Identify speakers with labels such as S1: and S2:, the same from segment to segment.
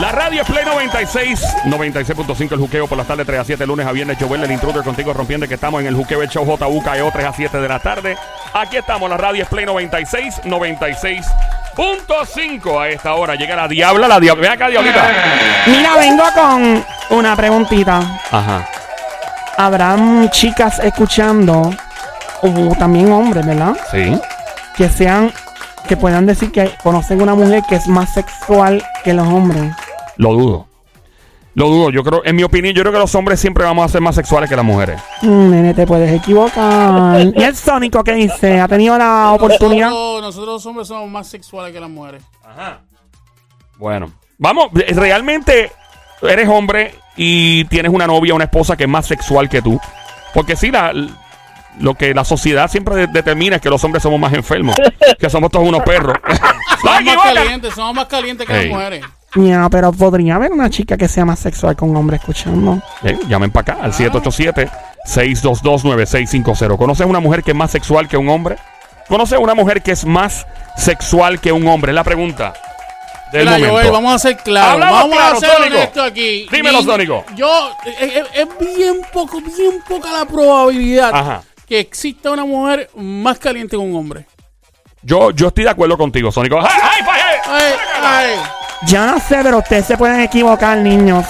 S1: La radio es Play 96, 96.5 el juqueo por las tardes 3 a 7, lunes a viernes. Joel, el intruder contigo rompiendo que estamos en el juqueo del show JUKEO 3 E a 7 de la tarde. Aquí estamos, la radio es Play 96, 96.5 a esta hora. Llega la diabla, la diabla. Ven acá, diablita.
S2: Mira, vengo con una preguntita.
S1: Ajá.
S2: Habrán chicas escuchando, o también hombres, ¿verdad?
S1: Sí.
S2: Que sean, que puedan decir que conocen una mujer que es más sexual que los hombres.
S1: Lo dudo. Lo dudo. Yo creo, en mi opinión, yo creo que los hombres siempre vamos a ser más sexuales que las mujeres.
S2: Mm, Nene, te puedes equivocar. ¿Y el Sónico qué dice? ¿Ha tenido la oportunidad?
S3: Nosotros, nosotros los hombres somos más sexuales que las mujeres.
S1: Bueno, vamos, realmente eres hombre y tienes una novia, una esposa que es más sexual que tú. Porque sí, la, lo que la sociedad siempre de- determina es que los hombres somos más enfermos, que somos todos unos perros. ¡No,
S3: Somos más
S1: equivócate!
S3: calientes, somos más calientes que
S1: Ey.
S3: las mujeres.
S2: Ya, pero podría haber una chica que sea más sexual que un hombre escuchando.
S1: Eh, llamen para acá al 787-622-9650. ¿Conoces una mujer que es más sexual que un hombre? ¿Conoces una mujer que es más sexual que un hombre? Es la pregunta del
S3: Mira,
S1: momento.
S3: Joel, vamos a ser claros.
S1: Hablamos
S3: Vamos
S1: claro,
S3: a ser
S1: Sónico.
S3: honestos aquí.
S1: Dímelo,
S3: Ni-
S1: Sónico.
S3: Yo, es, es- es bien poco, bien poca la probabilidad
S1: Ajá.
S3: que exista una mujer más caliente que un hombre.
S1: Yo, yo estoy de acuerdo contigo, Sónico. ¡Ay, ay, ay, ay!
S3: Ay, ay.
S2: Ya no sé, pero ustedes se pueden equivocar, niños.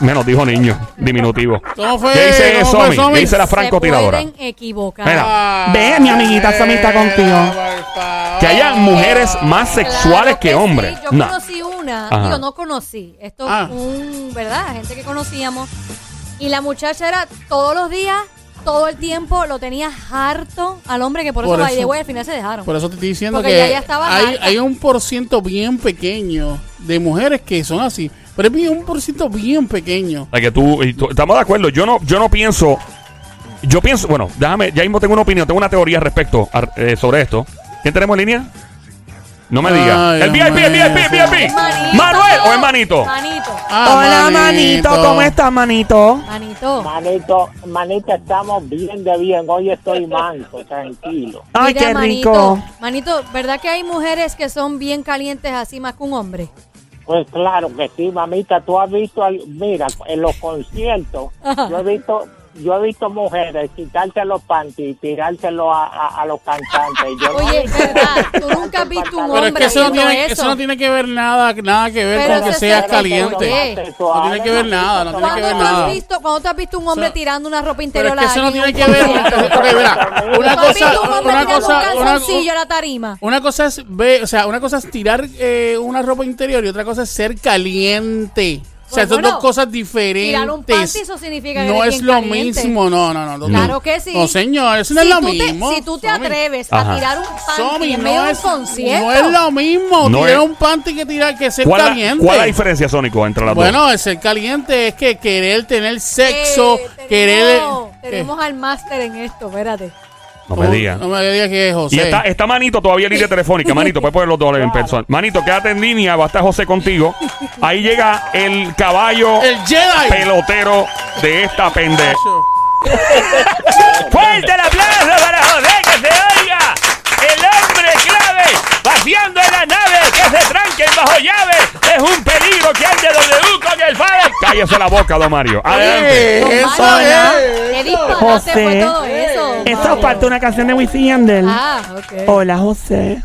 S1: Menos dijo niño, diminutivo.
S3: ¿Cómo fue?
S1: ¿Qué dice
S3: ¿Cómo fue,
S1: Somi?
S3: Somi?
S1: ¿Qué dice la francotiradora?
S4: Se pueden equivocar.
S1: Mira,
S3: Ah,
S2: Ve, mi amiguita Somi está contigo.
S3: por favor.
S1: que haya mujeres más
S4: Claro
S1: sexuales que,
S4: sí,
S1: hombres.
S4: Yo
S1: Nah.
S4: conocí una,
S1: Ajá.
S4: digo, no conocí. Esto
S3: Ah.
S4: un, ¿verdad? Gente que conocíamos. Y la muchacha era todos los días, todo el tiempo, lo tenía harto al hombre que por,
S3: Por
S4: eso, by
S3: eso-
S4: the way, al final se dejaron.
S3: Por eso te estoy diciendo
S4: Porque
S3: que
S4: ya ella estaba
S3: hay,
S4: harta.
S3: hay un por ciento bien pequeño de mujeres que son así. Pero es bien- un por ciento bien pequeño.
S1: La que tú, y tú- estamos de acuerdo. Yo no, yo no pienso. Yo pienso, bueno, déjame, ya mismo tengo una opinión, tengo una teoría al respecto ar- eh, sobre esto. ¿Quién tenemos en línea? No me diga.
S3: Ay,
S1: el VIP, el VIP,
S3: Dios
S1: el
S3: mío.
S1: VIP.
S4: Manito.
S1: Manuel o hermanito.
S4: Manito.
S3: Ah,
S2: Hola, manito. ¿Cómo estás, manito?
S4: Manito.
S5: Manito, manita, estamos bien de bien. Hoy estoy manso, tranquilo.
S2: Ay,
S4: Mira,
S2: qué
S4: manito,
S2: rico.
S4: Manito, ¿verdad que hay mujeres que son bien calientes así más que un hombre?
S5: Pues claro que sí, mamita. Tú has visto, al- mira, en los conciertos, yo he visto, yo he visto mujeres quitarse los panties y tirárselo a, a- a los cantantes. Yo no
S4: Oye,
S5: sé.
S4: ¿verdad? Tú nunca has visto un
S3: Pero es
S4: hombre
S3: que eso no,
S4: haciendo
S3: tiene, eso no tiene que ver nada, nada que ver
S4: Pero
S3: con que
S4: eso
S3: seas
S4: se-
S3: caliente.
S4: Oye,
S3: No tiene que ver nada, no tiene que
S4: ¿Cuándo
S3: ver
S4: tú, has
S3: nada.
S4: visto, cuando tú has visto un hombre
S3: Eso-
S4: tirando una ropa
S3: Pero
S4: interior
S3: es que
S4: a
S3: eso no
S4: alguien?
S3: tiene que ver. Ok, mira, una
S4: Papi,
S3: cosa,
S4: tú ponte
S3: una
S4: tirando un
S3: cosa, una,
S4: calzoncillo a la tarima.
S3: una cosa es ve- o sea, una cosa es tirar eh, una ropa interior y otra cosa es ser caliente. O sea,
S4: Pues Bueno,
S3: son dos
S4: bueno,
S3: cosas
S4: tirar un
S3: diferentes.
S4: panty, eso significa que
S3: No
S4: eres
S3: es
S4: bien
S3: lo
S4: caliente.
S3: mismo, no, no, no, no.
S4: Claro que sí.
S3: No, señor, eso no
S4: Si
S3: es lo
S4: tú te-
S3: mismo.
S4: si tú te
S3: Somi.
S4: atreves
S1: Ajá.
S4: a tirar un panty
S3: Somi,
S4: en medio eh,
S3: no
S4: de un
S3: es,
S4: concierto.
S3: no es lo mismo
S1: No
S3: tirar
S1: es-
S3: un panty que tirar que ser
S1: ¿Cuál, la,
S3: caliente.
S1: ¿Cuál es la diferencia, Sónico, entre las dos?
S3: Bueno, el ser caliente es que querer tener sexo,
S4: Eh,
S3: querer...
S4: tenemos-
S3: eh,
S4: Tenemos al máster en esto, espérate.
S1: No me diga.
S3: uh, No me digas que es José.
S1: Y está, está Manito todavía en línea telefónica. Manito, puedes poner los dólares en persona. Manito, quédate en línea, va a estar José contigo. Ahí llega el caballo
S3: ¡El Jedi!
S1: pelotero de esta pendeja.
S3: Macho.
S1: ¡Fuerte el aplauso para José que se oiga! ¡El hombre clave! ¡Vaciando en la nave! ¡Que se tranquen bajo llave! ¡Es un peligro que ande W con el fire! ¡Cállese la boca, don Mario! ¡Adelante!
S3: Eh,
S4: Don
S3: ¡Eso
S4: Mario,
S3: es!
S4: ¿Qué disparate
S2: José.
S4: fue todo eso?
S2: Eso es
S4: Mario?
S2: parte de una canción de Wisin y Yandel.
S4: Ah, ok.
S2: Hola, José.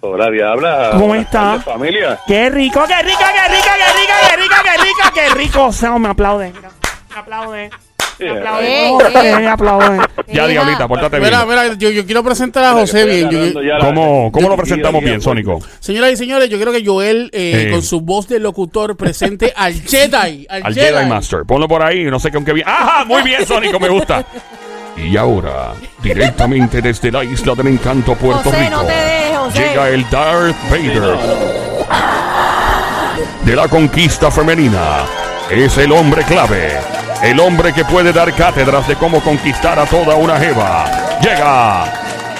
S6: Hola, Diabla.
S2: ¿Cómo
S6: Buenas
S2: está?
S6: tardes, familia.
S2: Qué rico, qué rico, qué rico, qué rico, qué rico, qué rico, qué rico. O sea, me aplaude. Mira, Me aplaude. Me
S4: Eh,
S6: eh,
S2: aplaude.
S4: Ey,
S2: José,
S4: ey.
S2: me aplaude.
S1: Ya,
S4: Mira.
S1: diablita, pórtate bien.
S3: Mira, mira, yo, yo quiero presentar a José bien. Yo- yo-
S1: ¿Cómo, cómo lo presentamos bien, Sónico?
S3: señoras y señores, yo quiero que Joel, eh,
S1: Eh.
S3: con su voz de locutor, presente al Jedi. Al,
S1: Al Jedi Master. Ponlo por ahí, no sé qué, aunque bien. ¡Ajá! Muy bien, Sónico, me gusta. Y ahora, directamente desde la isla del encanto, Puerto
S4: José,
S1: Rico,
S4: no te dejes, José.
S1: llega el Darth Vader de la conquista femenina. Es el hombre clave, el hombre que puede dar cátedras de cómo conquistar a toda una jeva. Llega,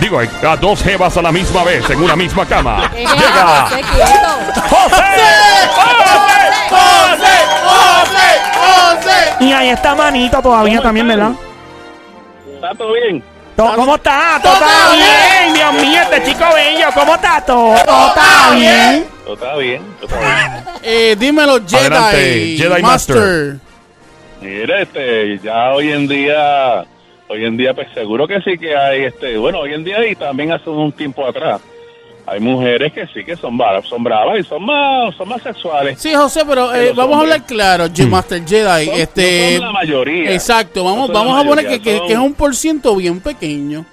S1: digo, a dos jevas a la misma vez en una misma cama.
S4: Eh, José,
S1: Llega
S4: quieto.
S1: José, José, José,
S3: ¡José! ¡José!
S2: Y ahí está Manito todavía
S6: ¿Cómo
S2: también,
S6: están?
S2: ¿verdad?
S6: ¿Está todo bien?
S2: To- ¿Cómo está? ¿Todo está bien? Dios mío, este chico bello. ¿Cómo está? ¿Todo está bien?
S6: Todo está bien, todo está
S3: Eh, dímelo, Jedi,
S1: Adelante, Jedi Master.
S6: bien. Mira, este, ya hoy en día, hoy en día, pues seguro que sí que hay, este, bueno, hoy en día y también hace un tiempo atrás, hay mujeres que sí que son bravas, son bravas y son más, son más sexuales.
S3: Sí, José, pero eh,
S6: Pero son
S3: vamos a hablar
S6: bien.
S3: claro,
S1: Mm.
S3: Jedi Master Jedi.
S6: Son- no
S3: este,
S6: son la mayoría.
S3: Exacto,
S6: No
S3: vamos,
S6: son la
S3: vamos a poner que,
S6: mayoría,
S3: que-
S6: son-
S3: que es un por ciento bien pequeño.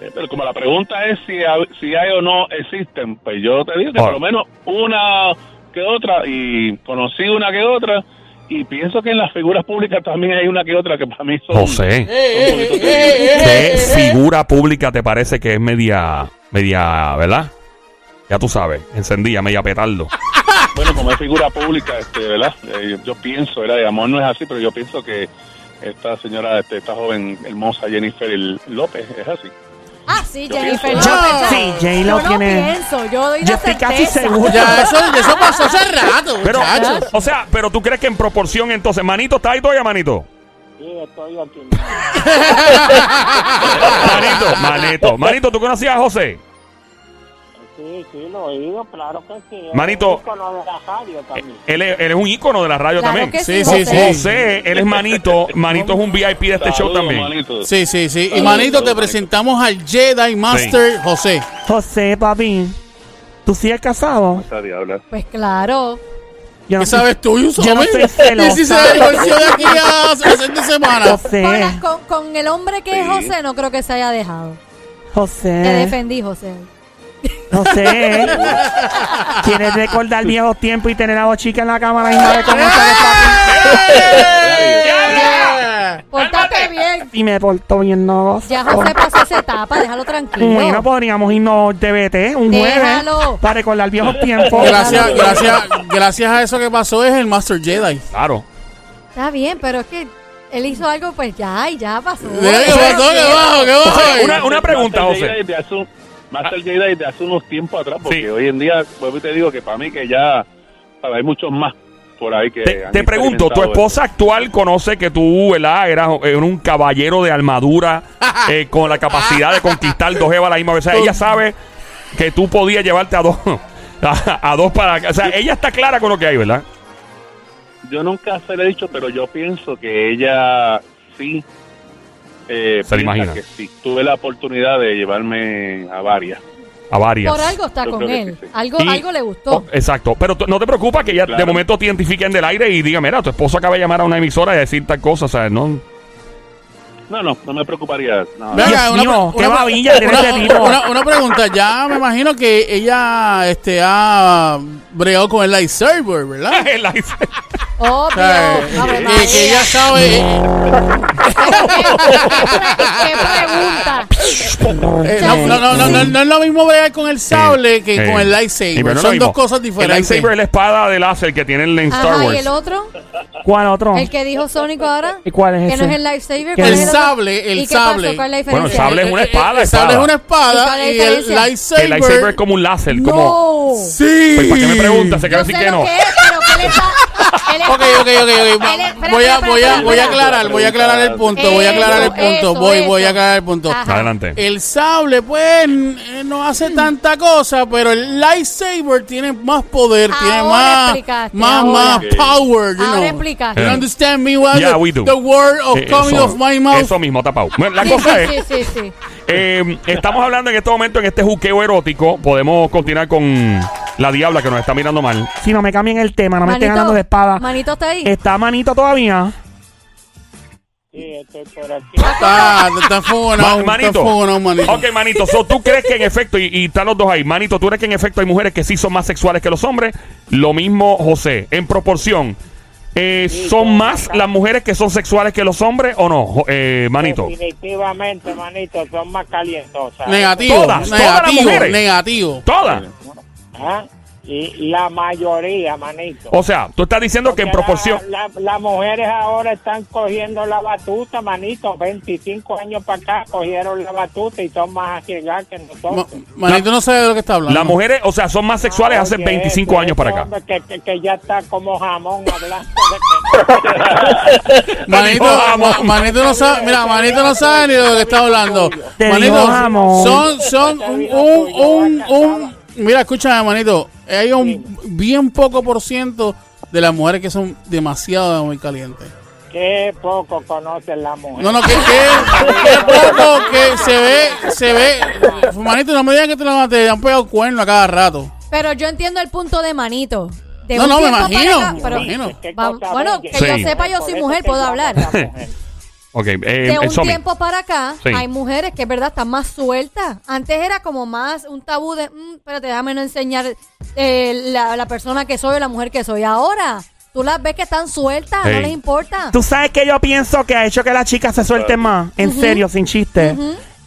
S6: Eh, Pero como la pregunta es si, ha- si hay o no existen, pues yo te digo que
S1: Ah.
S6: por lo menos una que otra, y conocí una que otra, y pienso que en las figuras públicas también hay una que otra que para mí son...
S1: José,
S3: eh,
S1: ¿qué figura pública te parece que es media, media, verdad? Ya tú sabes, encendía media petardo.
S6: Bueno, como es figura pública, este, ¿verdad? Eh, yo pienso, era de amor no es así, pero yo pienso que esta señora, este, esta joven hermosa Jennifer López, es así.
S4: Ah, sí,
S6: Yo
S4: Jennifer
S6: pienso-
S4: López.
S2: Sí, J-Lo
S4: Yo no
S2: tiene-
S4: pienso, yo doy la
S2: Yo estoy casi
S4: certeza.
S2: seguro.
S3: eh, Ya, eso, eso pasó hace rato,
S1: Pero,
S3: muchachos.
S1: o sea, pero tú crees que en proporción entonces, manito, ¿está ahí todavía, manito?
S5: Sí, estoy aquí.
S1: Manito, manito, manito, ¿tú conocías a José?
S5: Sí, sí, lo he oído, claro que sí.
S1: Manito.
S5: Es un ícono de la radio también.
S1: Él es, él es un ícono de la radio
S4: Claro
S1: también.
S4: que
S3: Sí,
S4: sí,
S3: sí,
S4: José.
S1: José, él es manito, manito es un VIP de este show
S6: Saludos,
S1: también.
S6: manito.
S3: Sí, sí, sí. Y manito, te presentamos al Jedi Master José.
S2: José, papi, ¿tú sigues casado?
S6: Esa diabla.
S4: Pues claro.
S2: Yo
S3: ¿Qué sabes tú, Yusuf?
S2: Yo no soy celosa.
S3: Y si se divorció de aquí a, a seis de semana.
S2: José,
S4: Con, la- con- con el hombre que es
S6: Sí.
S4: José, no creo que se haya dejado. Te
S2: José,
S4: defendí, José.
S2: José. ¿Quieres ¿eh? recordar viejos tiempos y tener a dos chicas en la cámara y no ver cómo está el papi?
S4: Pórtate bien.
S2: Y me portó bien, no.
S4: Ya José pasó esa etapa, déjalo tranquilo.
S2: Bueno, podríamos irnos de BT un jueves
S4: Déjalo.
S2: para recordar viejos tiempos.
S3: Gracias, gracias, gracias a eso que pasó es el Master Jedi.
S1: Claro.
S4: Está bien, pero es que él hizo algo, pues ya, y ya pasó.
S3: Mira, ¿Qué pasó? ¿Qué bajo? ¿Qué bajo?
S1: Una, una pregunta,
S6: Master
S1: José. Ah.
S6: Jedi de hace un- Master Jedi de hace unos tiempos atrás, porque
S1: Sí.
S6: hoy en día, vuelvo y te digo que para mí que ya para, hay muchos más por ahí que.
S1: Te,
S6: Eh, han
S1: te pregunto, tu
S6: experimentado
S1: esposa actual conoce que tú, ¿verdad? Eras eh, un caballero de armadura eh, con la capacidad de conquistar dos jevas a la misma vez. O sea, ella sabe que tú podías llevarte a dos. A, a dos para. O sea, ella está clara con lo que hay, ¿verdad?
S6: eso. Yo nunca se lo he dicho, pero yo pienso que ella sí. eh,
S1: Se lo
S6: piensa
S1: imagina.
S6: Que sí. Tuve la oportunidad de llevarme a varias.
S1: A varias.
S4: Por algo está
S6: Yo
S4: con
S6: creo que
S4: él.
S6: sí, sí.
S4: Algo,
S1: Y-
S4: algo le
S1: Oh,
S4: gustó.
S1: exacto. Pero tú- no te preocupa que ella de
S6: Claro.
S1: momento te identifiquen del aire y diga, mira, tu esposo acaba de llamar a una emisora y decir tal cosa, o sea, no.
S6: No, no, no me preocuparía. No,
S3: Ven acá,
S2: Dios
S3: una
S2: mío,
S3: pre-
S2: qué
S3: una-
S2: babilla tiene
S3: una-
S2: este tipo.
S3: una- una pregunta, ya me imagino que ella este, ha bregado con el light server, ¿verdad?
S1: El aire. oh,
S3: O sea,
S4: Obvio. Ave
S3: eh,
S4: María.
S3: que ella sabe, eh,
S4: ¿Qué pregunta?
S3: eh, no, no, no, no, no, no es lo mismo bregar con el sable que
S1: Eh,
S3: con el
S1: y, pero
S3: lightsaber.
S1: no
S3: Son
S1: lo
S3: dos
S1: mismo.
S3: cosas
S1: El
S3: diferentes.
S1: lightsaber es la espada de láser que tienen en Star
S4: Ajá,
S1: Wars.
S4: ¿y el otro?
S2: ¿Cuál otro?
S4: El que dijo Sónico ahora.
S2: Oh. ¿Y cuál es
S4: Que no es
S2: ese?
S4: el lifesaver.
S2: Que
S4: ¿cuál
S2: el
S4: es otro?
S3: sable, el
S4: ¿Y qué pasó?
S3: sable.
S4: ¿Cuál es la
S1: Bueno, el
S4: diferencia?
S1: sable es una espada.
S3: Eh, El sable es una
S4: ¿Y cuál
S3: espada
S4: es
S3: y
S4: la diferencia?
S3: el
S1: Que el lightsaber
S3: lightsaber.
S1: es como un láser.
S4: No.
S1: Como, Pues,
S3: Sí.
S1: ¿Para qué me preguntas? Se
S4: Yo
S1: queda así
S4: sé
S1: que
S4: lo
S1: no.
S4: que es, pero que él está... él
S3: Ok,
S4: está-
S3: ok, ok, ok.
S4: Él es-
S3: va-
S4: espera,
S3: Voy a,
S4: espera,
S3: voy a,
S4: espera,
S3: voy a
S4: espera.
S3: aclarar, voy a aclarar el punto, voy a aclarar el
S4: Eso,
S3: punto,
S4: eso,
S3: voy, voy a
S4: eso.
S3: aclarar el punto.
S4: Ajá.
S1: Adelante.
S3: El sable, pues, n- eh, no
S4: Mm.
S3: hace tanta cosa, pero el lightsaber tiene más poder,
S4: Ahora
S3: tiene más,
S4: explicaste,
S3: más,
S4: ahora.
S3: más
S6: Ok.
S3: power, you
S4: Ahora
S3: know.
S4: explicaste.
S3: You
S1: Yeah.
S3: understand me? What
S1: Yeah,
S3: the,
S1: we do.
S3: the word of
S1: Eh,
S3: oh, coming
S1: eso-
S3: off my mouth.
S1: Eso mismo, tapado. Bueno, la
S4: Sí,
S1: cosa es.
S4: sí, sí, sí, sí.
S1: eh, estamos hablando en este momento, en este juqueo erótico. Podemos continuar con la diabla que nos está mirando mal.
S2: Si no me cambian el tema, no me estén hablando de espada. Eh.
S4: Manito está ahí.
S2: ¿Está manito todavía?
S5: Sí, este, estoy por aquí.
S3: Ah, te está
S1: Ma-
S3: fogonado, te está
S1: manito.
S3: fogonado, manito.
S1: Ok, manito. so, ¿Tú crees que en efecto, y, y están los dos ahí, manito, tú crees que en efecto hay mujeres que sí son más sexuales que los hombres? Lo mismo, José. En proporción, eh, ¿son más las mujeres que son sexuales que los hombres o no, jo- eh, manito?
S5: Definitivamente, manito, son más calientosas.
S3: Negativo,
S1: Todas, todas las
S3: negativo,
S1: mujeres.
S3: negativo.
S1: Todas.
S5: Ajá. ¿Ah? Y la mayoría, manito.
S1: O sea, tú estás diciendo que en
S5: Porque
S1: proporción.
S5: la- la- las mujeres ahora están cogiendo la batuta, manito. 25 años para acá cogieron la batuta y son más agregadas que
S3: Ma-
S5: nosotros.
S3: Manito no sabe de lo que está hablando.
S1: Las mujeres, o sea, son más sexuales hace
S5: Oye,
S1: 25
S5: ese
S1: años para acá.
S5: hombre Que, que- que ya está como jamón hablando. de
S3: Manito,
S1: Te digo, jamón.
S3: ma- manito no sabe, mira, manito no sabe ni de lo que está hablando.
S2: Te digo,
S3: Manito,
S2: jamón.
S3: son, son un, un, un, un- Mira, escucha, manito. Hay un bien poco por ciento de las mujeres que son demasiado muy calientes.
S5: Qué poco conocen la mujer.
S3: No, no, que, que, que poco que se ve, se ve. Manito, no me digas que te, la, te han pegado cuerno a cada rato.
S4: Pero yo entiendo el punto de manito. De
S3: No,
S4: un
S3: no,
S4: tiempo para
S3: me imagino,
S4: acá,
S3: me
S4: pero
S3: imagino.
S5: Qué
S4: va-
S5: cosa
S4: bueno, que
S5: bella.
S1: Sí.
S4: yo sepa, yo
S5: Por
S4: soy
S5: eso
S4: mujer,
S5: es que
S4: puedo
S5: yo amo
S4: hablar.
S5: a la mujer.
S1: Ok, eh,
S4: de un
S1: el Somi.
S4: tiempo para acá
S1: Sí.
S4: hay mujeres que es verdad están más sueltas. Antes era como más un tabú de, "Mm, espérate, déjame no enseñar eh, la, la persona que soy o la mujer que soy. Ahora tú las ves que están sueltas, no
S1: Sí.
S4: les importa.
S2: Tú sabes que yo pienso que ha hecho que las chicas se suelten más. En serio, sin chiste.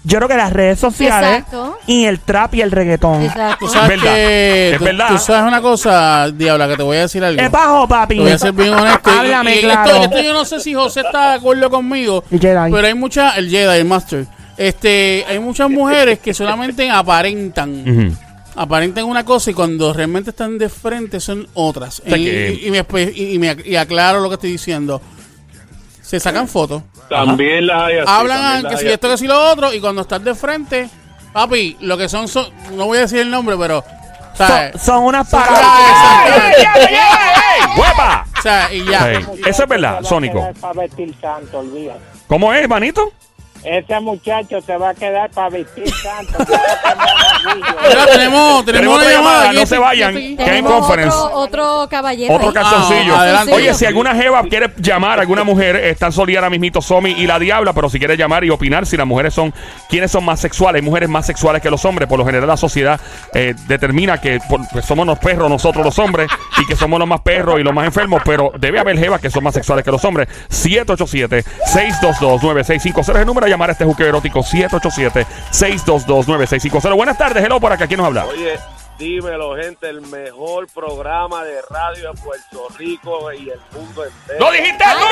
S2: Yo creo que las redes sociales
S4: Exacto.
S2: y el trap y el reggaetón.
S4: Exacto.
S3: Tú sabes
S1: verdad.
S3: que.
S1: Es
S3: tú-
S1: verdad.
S3: Tú sabes una cosa, Diabla, que te voy a decir algo.
S2: Es bajo, papi.
S3: Te voy a ser bien honesto. Y-
S2: Háblame
S3: y esto-
S2: claro.
S3: esto yo no sé si José está de acuerdo conmigo.
S2: Y Jedi.
S3: Pero hay muchas. El Jedi, el Master. Este, hay muchas mujeres que solamente aparentan.
S1: Ujú.
S3: aparentan una cosa y cuando realmente están de frente son otras.
S1: sea
S3: y,
S1: que-
S3: y- y me, espe- y- y me ac- y aclaro lo que estoy diciendo. Se sacan fotos,
S6: También las hay así.
S3: hablan
S6: también las
S3: que si
S6: hay
S3: esto, que si lo otro, y cuando están de frente, papi, lo que son, son no voy a decir el nombre, pero... ¿sabes?
S2: Son, son unas
S3: Son-
S2: paradas.
S3: Exacto.
S1: ¡Huepa!
S3: O sea, y ya.
S1: Sí. Eso es verdad,
S5: Ese muchacho se
S1: Sónico.
S5: va a quedar Para vestir santo, olvida.
S1: ¿Cómo es, manito?
S5: Ese muchacho se va a quedar para vestir santo. se va a poner amarillo.
S3: Mira, tenemos, tenemos,
S1: Tenemos
S3: una
S1: otra
S3: llamada.
S1: llamada,
S3: aquí,
S1: no
S3: estoy-
S1: se vayan.
S3: estoy-
S1: Que hay
S4: Tenemos
S1: conference.
S4: Otro, otro caballero.
S1: Otro
S4: ahí.
S1: calzoncillo.
S3: Ah, adelante.
S1: Oye, si alguna jeva quiere llamar, alguna mujer, está solía ahora mismito Somi y la Diabla, pero si quiere llamar y opinar si las mujeres son, quiénes son más sexuales, hay mujeres más sexuales que los hombres, por lo general la sociedad eh, determina que por- pues somos los perros nosotros los hombres y que somos los más perros y los más enfermos, pero debe haber jevas que son más sexuales que los hombres. 787-622-9650 es el número a llamar a este juqueo erótico. 787-622-9650. Buenas tardes, hello, por acá, ¿quién nos habla?
S7: Oye, dímelo, gente, el mejor programa de radio en Puerto Rico y el mundo entero.
S1: ¡Lo dijiste tú!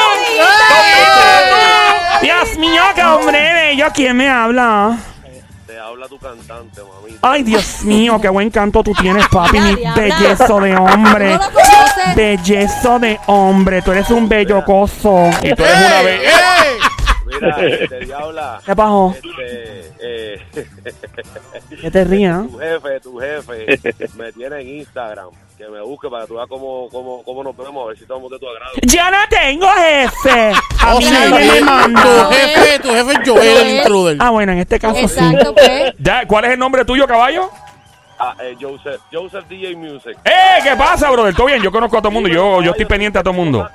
S2: que- Dios mío, qué hombre bello. ¿Quién me habla?
S7: Te habla tu cantante, mamita.
S2: Ay, Dios mío, qué buen canto tú tienes, papi. Mi
S4: Diabla.
S2: bellezo de hombre.
S4: No lo conoces.
S2: Bellezo de hombre. Tú eres un bello coso.
S1: Y tú eres una
S3: ¡Ey!
S1: vez.
S3: ¡Ey!
S7: Mira, te diabla.
S2: ¿Qué pasó?
S7: Este, eh,
S2: Que te ah? rías.
S7: tu jefe, tu jefe, me tiene en Instagram. Que me busque para que tú veas cómo, cómo, cómo nos vemos, a ver si estamos de tu agrado.
S2: Yo no tengo jefe. A
S3: Oh,
S2: mí
S3: sí,
S2: nadie me manda.
S3: Tu jefe, tu jefe es Joel, el
S4: Joel.
S3: intruder.
S2: Ah, bueno, en este caso sí.
S4: Exacto, pues.
S1: Ya, ¿Cuál es el nombre tuyo, caballo?
S7: Ah, eh, Joseph, Joseph DJ Music.
S1: ¡Eh! ¿Qué pasa, brother? Todo bien, yo conozco a todo el mundo. Yo, yo estoy pendiente a todo el mundo.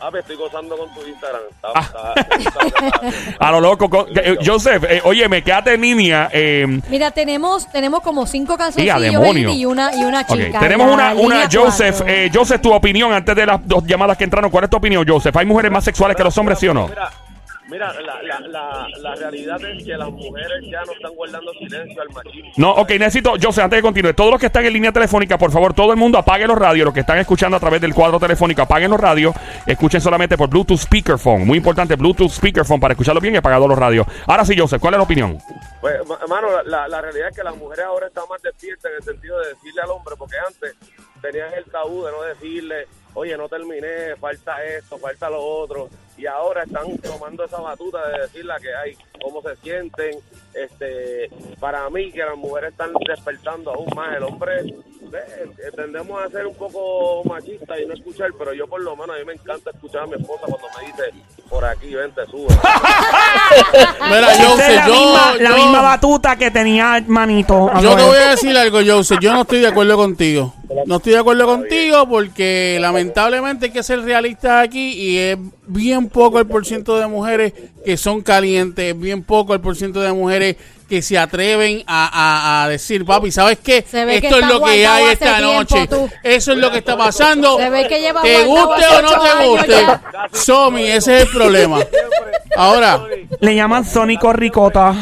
S7: Ah, me estoy gozando con tu Instagram. Está-
S1: Ah.
S7: está- está-
S1: A lo loco. co- eh, Joseph, eh, oye, me quédate en línea. eh,
S4: Mira, tenemos, tenemos como cinco cancioncillos
S1: demonio.
S4: y una, y una
S1: ok,
S4: chica.
S1: Tenemos
S4: en
S1: una,
S4: la
S1: una
S4: línea
S1: Joseph.
S4: cuatro.
S1: eh, Joseph, tu opinión antes de las dos llamadas que entraron. ¿Cuál es tu opinión, Joseph? ¿Hay mujeres más sexuales que los hombres, sí o no?
S7: Mira, mira la, la, la, la realidad es que las mujeres ya no están guardando silencio al machismo.
S1: No, ok, necesito, Joseph, antes de continuar, todos los que están en línea telefónica, por favor, todo el mundo apague los radios, los que están escuchando a través del cuadro telefónico, apaguen los radios, escuchen solamente por Bluetooth speakerphone, muy importante, Bluetooth speakerphone, para escucharlo bien y apagado los radios. Ahora sí, Joseph, ¿cuál es la opinión?
S7: Pues, ma- hermano, la- la, la realidad es que las mujeres ahora están más despiertas en el sentido de decirle al hombre, porque antes tenían el tabú de no decirle, oye, no terminé, falta esto, falta lo otro. Y ahora están tomando esa batuta de decirle a que hay, cómo se sienten. este Para mí, que las mujeres están despertando aún más. El hombre, eh, tendemos a ser un poco machista y no escuchar, pero yo por lo menos a mí me encanta escuchar a mi esposa cuando me dice, por aquí, vente, sube.
S3: Mira,
S2: ah, Esa es
S3: Jose,
S2: la,
S3: yo,
S2: misma, la
S3: yo-
S2: misma batuta que tenía manito.
S4: Ah,
S3: Yo te voy
S4: eh.
S3: a decir algo, Jose. Yo no estoy de acuerdo contigo. No estoy de acuerdo contigo porque lamentablemente hay que ser realistas aquí y es bien poco el porciento de mujeres que son calientes, es bien poco el porciento de mujeres que se atreven a, a- a decir, papi, ¿sabes qué?
S4: Se ve que
S3: Esto es
S4: está
S3: lo que hay
S4: guardado
S3: esta
S4: hace tiempo,
S3: noche.
S4: tú.
S3: Eso es lo que está pasando.
S4: Se ve que lleva
S3: ¿Te
S4: guardado
S3: guste
S4: hace
S3: o no
S4: ocho
S3: te
S4: años
S3: guste?
S4: ya.
S3: Somi, ese es el problema. Ahora,
S2: Le llaman Sónico Ricota.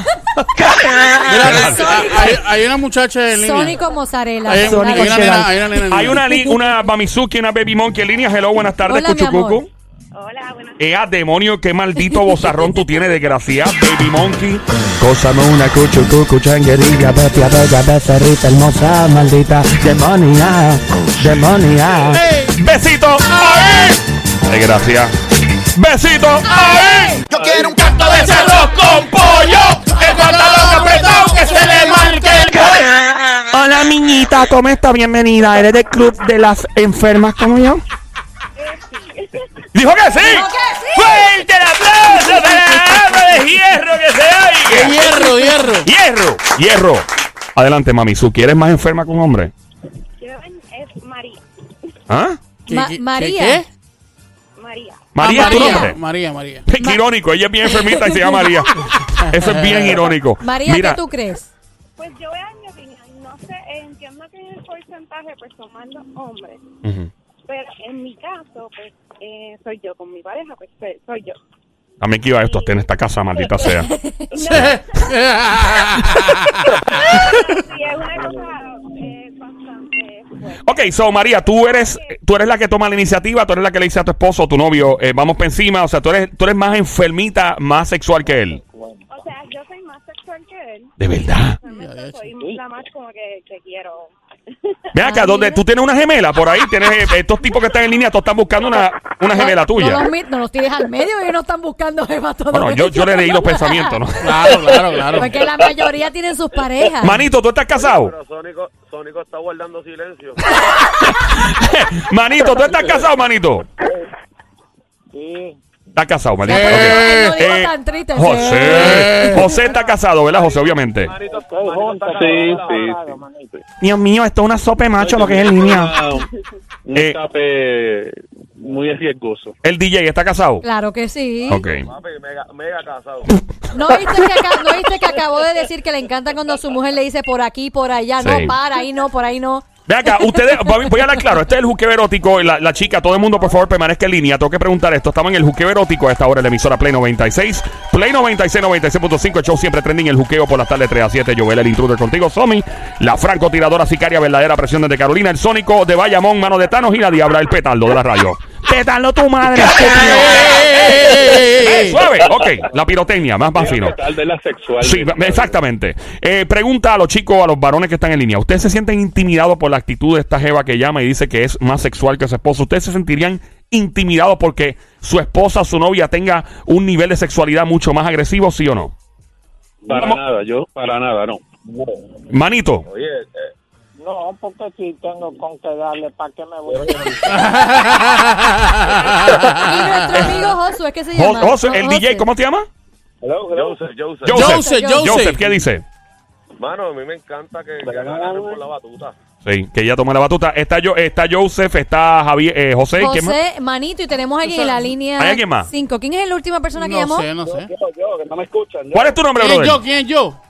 S3: mira, hay, hay una muchacha en línea.
S4: Sónico Mozzarella.
S3: Hay,
S2: Sónico
S3: hay una
S2: Cheval.
S3: nena, hay una nena en
S1: Hay
S3: línea.
S1: una, li- una Mamizuki, una Baby Monkey en línea, hello, buenas tardes,
S4: Hola, mi amor.
S1: Cuchucucu.
S8: Hola, buenas
S1: Ea, demonio, qué maldito bozarrón tú tienes, desgraciado, Baby Monkey. Cosa una cuchucucu, changuerilla,
S9: bestia bella, becerrita hermosa, maldita, demonia, demonia.
S3: ¡Ey!
S1: Besito ahí. Desgracia. Besito ahí. Yo quiero un canto de cerro con pollo. El pantalón apretado que se le marque el
S2: Hola, Hola, miñita, ¿cómo está? Bienvenida. Eres del club de las enfermas como yo.
S1: ¡Dijo que sí!
S4: que sí!
S1: ¡Fuerte el aplauso para la ama de hierro que se oiga!
S3: Hierro, hierro.
S1: ¡Hierro! ¡Hierro! Adelante, mami. ¿Suki eres más enferma que un hombre?
S8: Yo es María.
S1: ¿Ah?
S4: Ma-
S3: ¿Qué- qué-
S4: María.
S3: qué?
S8: María.
S1: María
S3: Ah,
S1: es tu
S3: María,
S1: nombre.
S3: María, María.
S1: Qué irónico, ella es bien enfermita y se llama María. Eso es bien irónico.
S4: María,
S1: Mira,
S4: ¿qué tú crees?
S8: Pues yo voy a dar mi opinión. No sé, eh, entiendo que el porcentaje pues son más los hombres.
S1: Ujú.
S8: Pero en mi caso, pues eh, soy yo. Con mi pareja, pues soy- soy yo.
S1: También que iba esto, hasta en esta casa, maldita sea.
S8: Sí, es una cosa eh, bastante fuerte.
S1: Ok, so María, tú eres, tú eres la que toma la iniciativa, tú eres la que le dice a tu esposo o tu novio, eh, vamos para encima, o sea, tú eres, tú eres más enfermita, más sexual que él.
S8: O sea, yo soy más sexual que él.
S1: De verdad.
S8: Realmente soy la más como que, que quiero.
S1: Ven acá, donde tú tienes una gemela por ahí, tienes eh, estos tipos que están en línea, todos están buscando una, una gemela
S4: No,
S1: tuya.
S4: los, mi- no los tires al medio, ellos no están buscando jeva todos
S1: Bueno, yo, yo le leí los
S4: ellos.
S1: pensamientos, ¿no?
S3: Claro, claro, claro.
S4: Porque la mayoría tienen sus parejas.
S1: Manito, ¿tú estás casado?
S7: Pero Sónico, Sónico está guardando silencio.
S1: Manito, ¿tú estás casado, manito?
S5: Sí,
S1: Estás casado, manito.
S3: Sí.
S1: ok. Eh,
S4: No digo tan triste, sí.
S1: José. José está casado, ¿verdad, José? Obviamente.
S7: Manito,
S5: estoy junto.
S6: Sí, sí, sí.
S5: manito.
S2: Dios mío, esto es una sopa de macho lo que es en línea.
S6: Ah, Un
S1: Eh.
S6: escape muy riesgoso.
S1: El DJ está casado.
S4: Claro que sí.
S1: Ok.
S7: papi, mega, mega casado.
S4: ¿No viste, que acá- ¿No viste que acabó de decir que le encanta cuando su mujer le dice por aquí, por allá?
S1: Sí.
S4: No, para, ahí no, por ahí no.
S1: Ve acá, ustedes, voy voy a hablar claro, este es el juqueo erótico, la, la chica, todo el mundo por favor permanezca en línea, tengo que preguntar esto, estamos en el juqueo erótico a esta hora en la emisora Play 96, Play 96, 96.5, el show siempre trending, el juqueo por las tardes 3 a 7, Joel el intruder contigo, Somi, la francotiradora sicaria, verdadera presión desde Carolina, el sónico de Bayamón, mano de Thanos y la diabla, el petardo de la radio.
S2: Te dalo tu madre. estúpido.
S1: Eh,
S3: ¡Ey!
S1: Suave, ok, la pirotecnia, más, más fino.
S6: Tal de la sexual.
S1: Sí,
S6: de-
S1: exactamente. Eh, pregunta a los chicos, a los varones que están en línea. ¿Ustedes se sienten intimidados por la actitud de esta jeva que llama y dice que es más sexual que su esposo? ¿Ustedes se sentirían intimidados porque su esposa, su novia tenga un nivel de sexualidad mucho más agresivo, sí o no?
S6: Para
S1: ¿Cómo?
S6: nada, yo, para nada, no.
S1: Manito,
S7: Oye, eh,
S5: No, porque si tengo con que darle, ¿para qué me voy a
S4: Y nuestro amigo Josué, ¿qué se
S1: Jo-
S4: llama?
S1: Joseph, el
S4: No,
S1: DJ, ¿cómo te llama?
S7: Joseph, Joseph.
S1: Joseph.
S3: Joseph,
S4: Joseph.
S1: Joseph, ¿qué
S3: Joseph.
S1: dice?
S7: Mano, a mí me encanta que, que agarren por la batuta.
S1: Sí, que ella toma la batuta. Está, yo, está Joseph, está Javier, eh, José, ¿quién más?
S4: José, Manito, y tenemos a alguien en la línea
S1: ¿Hay alguien más?
S4: 5. ¿Quién es la última persona que llamó?
S3: eh, No sé, no sé.
S7: yo, que no me escuchan.
S1: ¿Cuál es tu nombre,
S3: ¿Quién es
S1: brother?
S3: Eh, yo? ¿Quién es yo?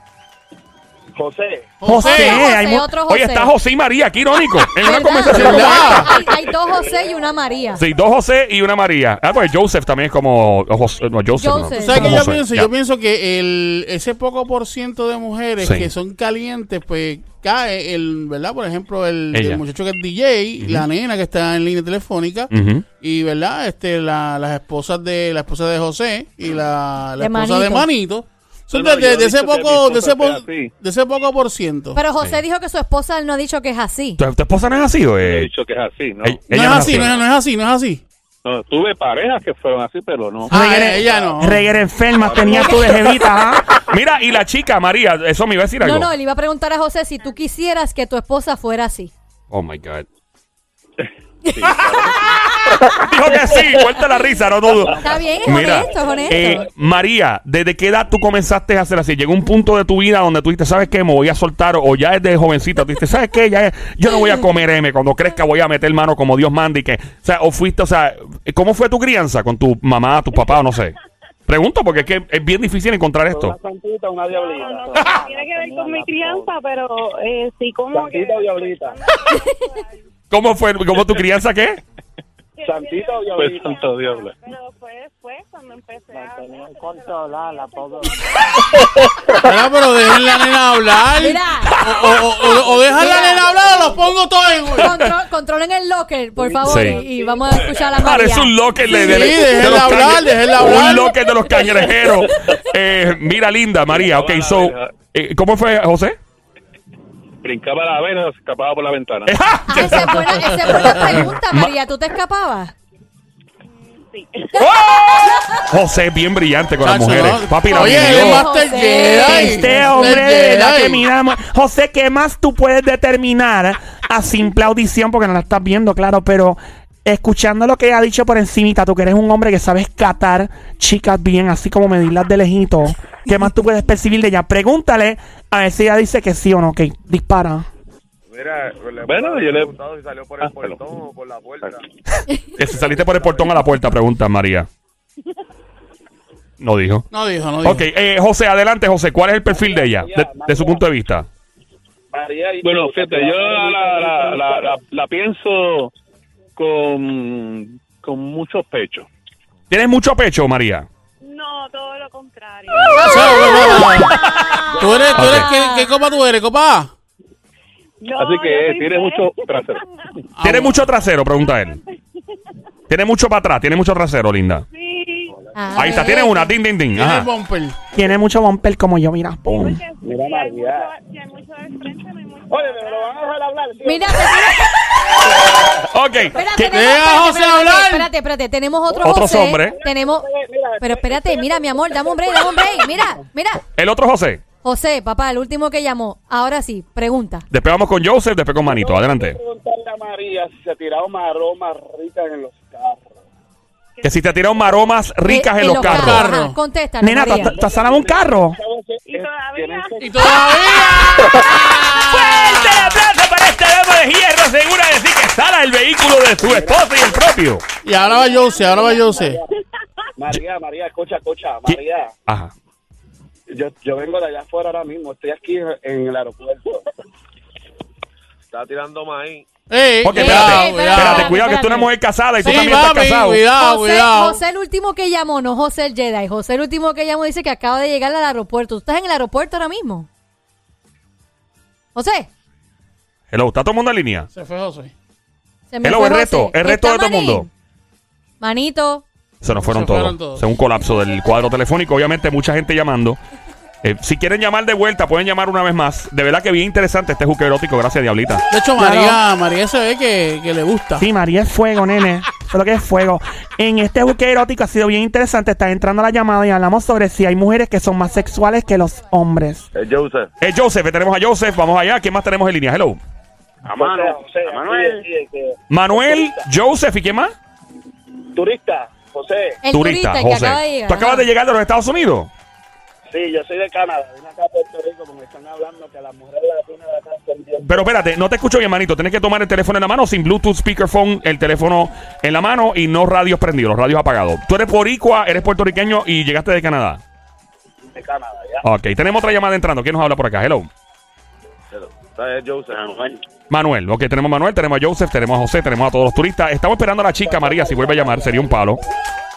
S7: José.
S4: Otro
S2: José,
S4: José,
S2: hay mu-
S4: otro José.
S1: Oye, está José y María, aquí irónico, en una
S4: ¿Verdad?
S1: conversación como
S3: ¿Verdad?
S1: esta.
S4: Hay, hay dos José y una María.
S1: Sí, dos José y una María. Ah, pues Joseph también es como o José, no, Joseph. no.
S4: Joseph.
S3: ¿Tú ¿Sabes
S1: Como
S3: qué yo
S1: José,
S3: pienso?
S1: ya.
S3: Yo pienso que el, ese poco por ciento de mujeres
S1: Sí.
S3: que son calientes, pues cae, el, ¿verdad? Por ejemplo, el,
S1: Ella.
S3: el muchacho que es DJ, la nena que está en línea telefónica,
S1: Ujú.
S3: y, ¿verdad? Este, la, las esposas de la esposa de José y la, la
S4: De
S3: esposa
S4: Manito.
S3: de Manito. Son
S6: No, no,
S3: de,
S6: yo
S3: de-
S6: he
S3: de ese
S6: visto que
S3: poco,
S6: mi
S3: de ese, po-
S6: esposa sea así.
S3: de ese poco por ciento.
S4: Pero José dijo que su esposa no ha dicho que es así.
S1: ¿Tu, tu esposa no es así o
S6: He
S1: eh,
S6: dicho que es así, ¿no?
S1: ella-
S3: no
S1: ella
S3: es así, no es, no es así, no es así.
S6: No, Tuve parejas que fueron así, pero no.
S3: Ah,
S2: Reguera-
S3: ella no.
S2: Reguera enferma, tenías tú de jevita, ¿ah?
S1: Mira, y la chica, María, eso me iba a decir algo.
S4: No, no, él iba a preguntar a José si tú quisieras que tu esposa fuera así.
S1: Oh my God. Dijo que sí, vuelta la risa, no dudo.
S4: Está bien, es
S1: Mira,
S4: honesto, es honesto.
S1: eh, María, ¿desde qué edad tú comenzaste a hacer así? ¿Llegó un punto de tu vida donde tú dijiste, ¿sabes qué? Me voy a soltar o ya desde jovencita, tú dijiste, ¿sabes qué? Ya, yo no voy a comer M, cuando crezca voy a meter mano como Dios manda y que, o sea, o fuiste, o sea, ¿cómo fue tu crianza con tu mamá, tu papá o no sé? Pregunto porque es que es bien difícil encontrar esto.
S5: santita, una
S8: No, no, no tiene que ver con mi crianza, pero eh, sí como que...
S5: Santita o diablita.
S1: ¿Cómo fue, cómo tu crianza qué?
S5: Santita o
S6: Pues
S5: diablita.
S6: santo diablo.
S8: Pero fue después cuando empecé a...
S5: Tenían controlada la pobre.
S3: Espera, pero dejen la nena hablar.
S4: Mira,
S3: O, o, o, o dejan la nena hablar o los pongo todos en...
S4: contro- controlen el locker, por favor,
S1: Sí.
S4: y, y vamos a escuchar a María.
S1: Parece un locker de,
S3: Sí,
S1: de- de
S3: déjela
S1: los
S3: hablar,
S1: cañe-
S3: déjela hablar.
S1: Un locker de los cañerejeros. Eh, mira, linda, María, ok, so, eh, ¿cómo fue, José?
S6: Brincaba la avena, se escapaba por la
S1: Eh,
S6: ventana.
S4: Ah, Esa es buena, esa es buena pregunta, María. ¿Tú te escapabas?
S8: Sí, sí.
S1: José es bien brillante con las
S3: Chacho,
S1: mujeres.
S3: ¿no?
S1: Papi, la
S3: Oye,
S1: humilló.
S3: él es Master
S4: José.
S3: Jedi.
S2: Este
S3: Master
S2: hombre de verdad
S3: Jedi.
S2: que mira, mu- José, ¿qué más tú puedes determinar a simple audición? Porque no la estás viendo, claro, pero escuchando lo que ha dicho por encimita, tú que eres un hombre que sabes catar chicas bien, así como medirlas de lejito. ¿Qué más tú puedes percibir de ella? Pregúntale a ver si ella dice que sí o no, que dispara.
S7: Mira, le
S6: Bueno,
S7: puedo
S6: yo le-
S7: haber preguntado si salió por el
S6: Ah, pero-
S7: portón o por la puerta.
S1: Eh, Si saliste por el portón a la puerta, pregunta María. No dijo.
S3: No dijo, no dijo.
S1: Ok, eh, José, adelante, José. ¿Cuál es el perfil de ella? De, de su punto de vista.
S6: Bueno, fíjate, yo la, la- la- la- la pienso con, con muchos pechos.
S1: ¿Tienes mucho pecho, María?
S8: No, todo lo contrario.
S3: Eso, no, no, no. ¿Tú eres, tú eres
S1: Ok.
S3: ¿qué, qué copa tú eres? ¿Copa A?
S8: No,
S6: Así
S8: yo
S6: que
S8: soy este,
S6: tiene
S8: fe-
S6: mucho trasero.
S3: Ah,
S1: ¿Tiene
S3: bueno.
S1: mucho trasero? Pregunta él. ¿Tiene mucho para atrás? ¿Tiene mucho trasero, linda?
S8: Sí,
S4: Ah,
S1: Ahí está,
S4: ¿ves?
S1: tiene una. Ding, ding, ding.
S3: Tiene
S1: Ajá.
S3: bumper.
S2: Tiene mucho bumper como yo, mira.
S8: porque
S2: ¡Pum!
S8: si hay, mucho, si hay mucho del frente, no hay mucho.
S7: Oye,
S8: de
S7: me lo
S8: atrás.
S7: van a dejar hablar. tío.
S4: Mira, te-
S1: Ok.
S4: espérate,
S1: ¿Qué-
S4: tenemos-
S3: Deja a José
S4: espérate,
S3: hablar.
S4: Espérate, espérate, tenemos otro
S1: Otros
S4: José,
S1: hombres.
S4: Tenemos, pero espérate, mira, mi amor, dame un break, dame un break. Mira, mira.
S1: El otro José.
S4: José, papá, el último que llamó. Ahora sí, pregunta.
S1: Después vamos con Joseph, después con Manito. Adelante.
S7: preguntarle a María si se ha tirado maromas ricas en los carros.
S1: Que si te tiraron maromas ricas
S4: Eh,
S1: en, los carros.
S3: carros.
S4: Ajá, Contéstale,
S2: Nena,
S4: María.
S2: ¿te has salado un carro?
S6: eh,
S7: Eh,
S8: Y todavía.
S3: Y todavía.
S1: ¡Fuerte el aplauso para esta dama de hierro! Segura de decir que sala el vehículo de su esposa y el propio.
S3: y ahora va Jose, ahora va Jose.
S7: María, María, escucha, escucha,
S1: ¿Qué?
S7: María.
S1: Ajá.
S7: Yo, yo vengo de allá afuera ahora mismo, estoy aquí en, en el aeropuerto. Está tirando maíz.
S3: Ey,
S1: Ok,
S3: cuidado,
S1: espérate.
S4: Ey,
S1: Espérate,
S3: cuidado.
S1: cuidado que tú eres una mujer casada y tú
S3: Sí,
S1: también estás
S3: papi,
S1: casado.
S3: cuidado,
S4: José,
S3: cuidado.
S4: José, el último que llamó, no José el Jedi. José, el último que llamó, dice que acaba de llegar al aeropuerto. ¿Tú estás en el aeropuerto ahora mismo? José,
S1: Hello, ¿está todo el mundo en línea?
S3: Se fue José.
S4: se
S1: Hello,
S4: fue
S1: el
S4: José.
S1: resto, el resto
S4: ¿Está
S1: de todo el
S4: Manín?
S1: mundo.
S4: Manito,
S1: Se nos fueron
S3: Se
S1: todos.
S3: fueron todos.
S1: Es un colapso del cuadro telefónico. Obviamente, mucha gente llamando. Eh, si quieren llamar de vuelta, pueden llamar una vez más. De verdad que bien interesante este juque erótico. Gracias, Diablita.
S3: De hecho, María, María se ve que, que le gusta.
S2: Sí, María es fuego, nene. Eso es lo que es fuego. En este buque erótico ha sido bien interesante. Está entrando la llamada y hablamos sobre si hay mujeres que son más sexuales que los hombres.
S7: Es Joseph.
S1: Eh, Joseph, tenemos a Joseph. Vamos allá. ¿Quién más tenemos en línea? Hello.
S7: A Manuel. a Manuel.
S1: Manuel, Joseph y quién más?
S7: Turista, José.
S4: el turista,
S1: Turista,
S4: el que
S1: José.
S4: acaba de llegar.
S1: Tú acabas de llegar de los Estados Unidos.
S7: Sí, yo soy de Canadá. Vine acá a Puerto Rico porque están hablando que las mujeres latinas de acá están bien.
S1: Pero espérate, no te escucho bien, manito. Tienes que tomar el teléfono en la mano sin Bluetooth, speakerphone, el teléfono en la mano y no radios prendidos, los radios apagados. Tú eres boricua, eres puertorriqueño y llegaste de Canadá.
S7: de Canadá, ya.
S1: Ok, tenemos otra llamada entrando. ¿Quién nos habla por acá? Hello.
S7: Es Joseph. Manuel.
S1: Manuel, ok, tenemos a Manuel, tenemos a Joseph, tenemos a José, tenemos a todos los turistas. Estamos esperando a la chica María, si vuelve a llamar, sería un palo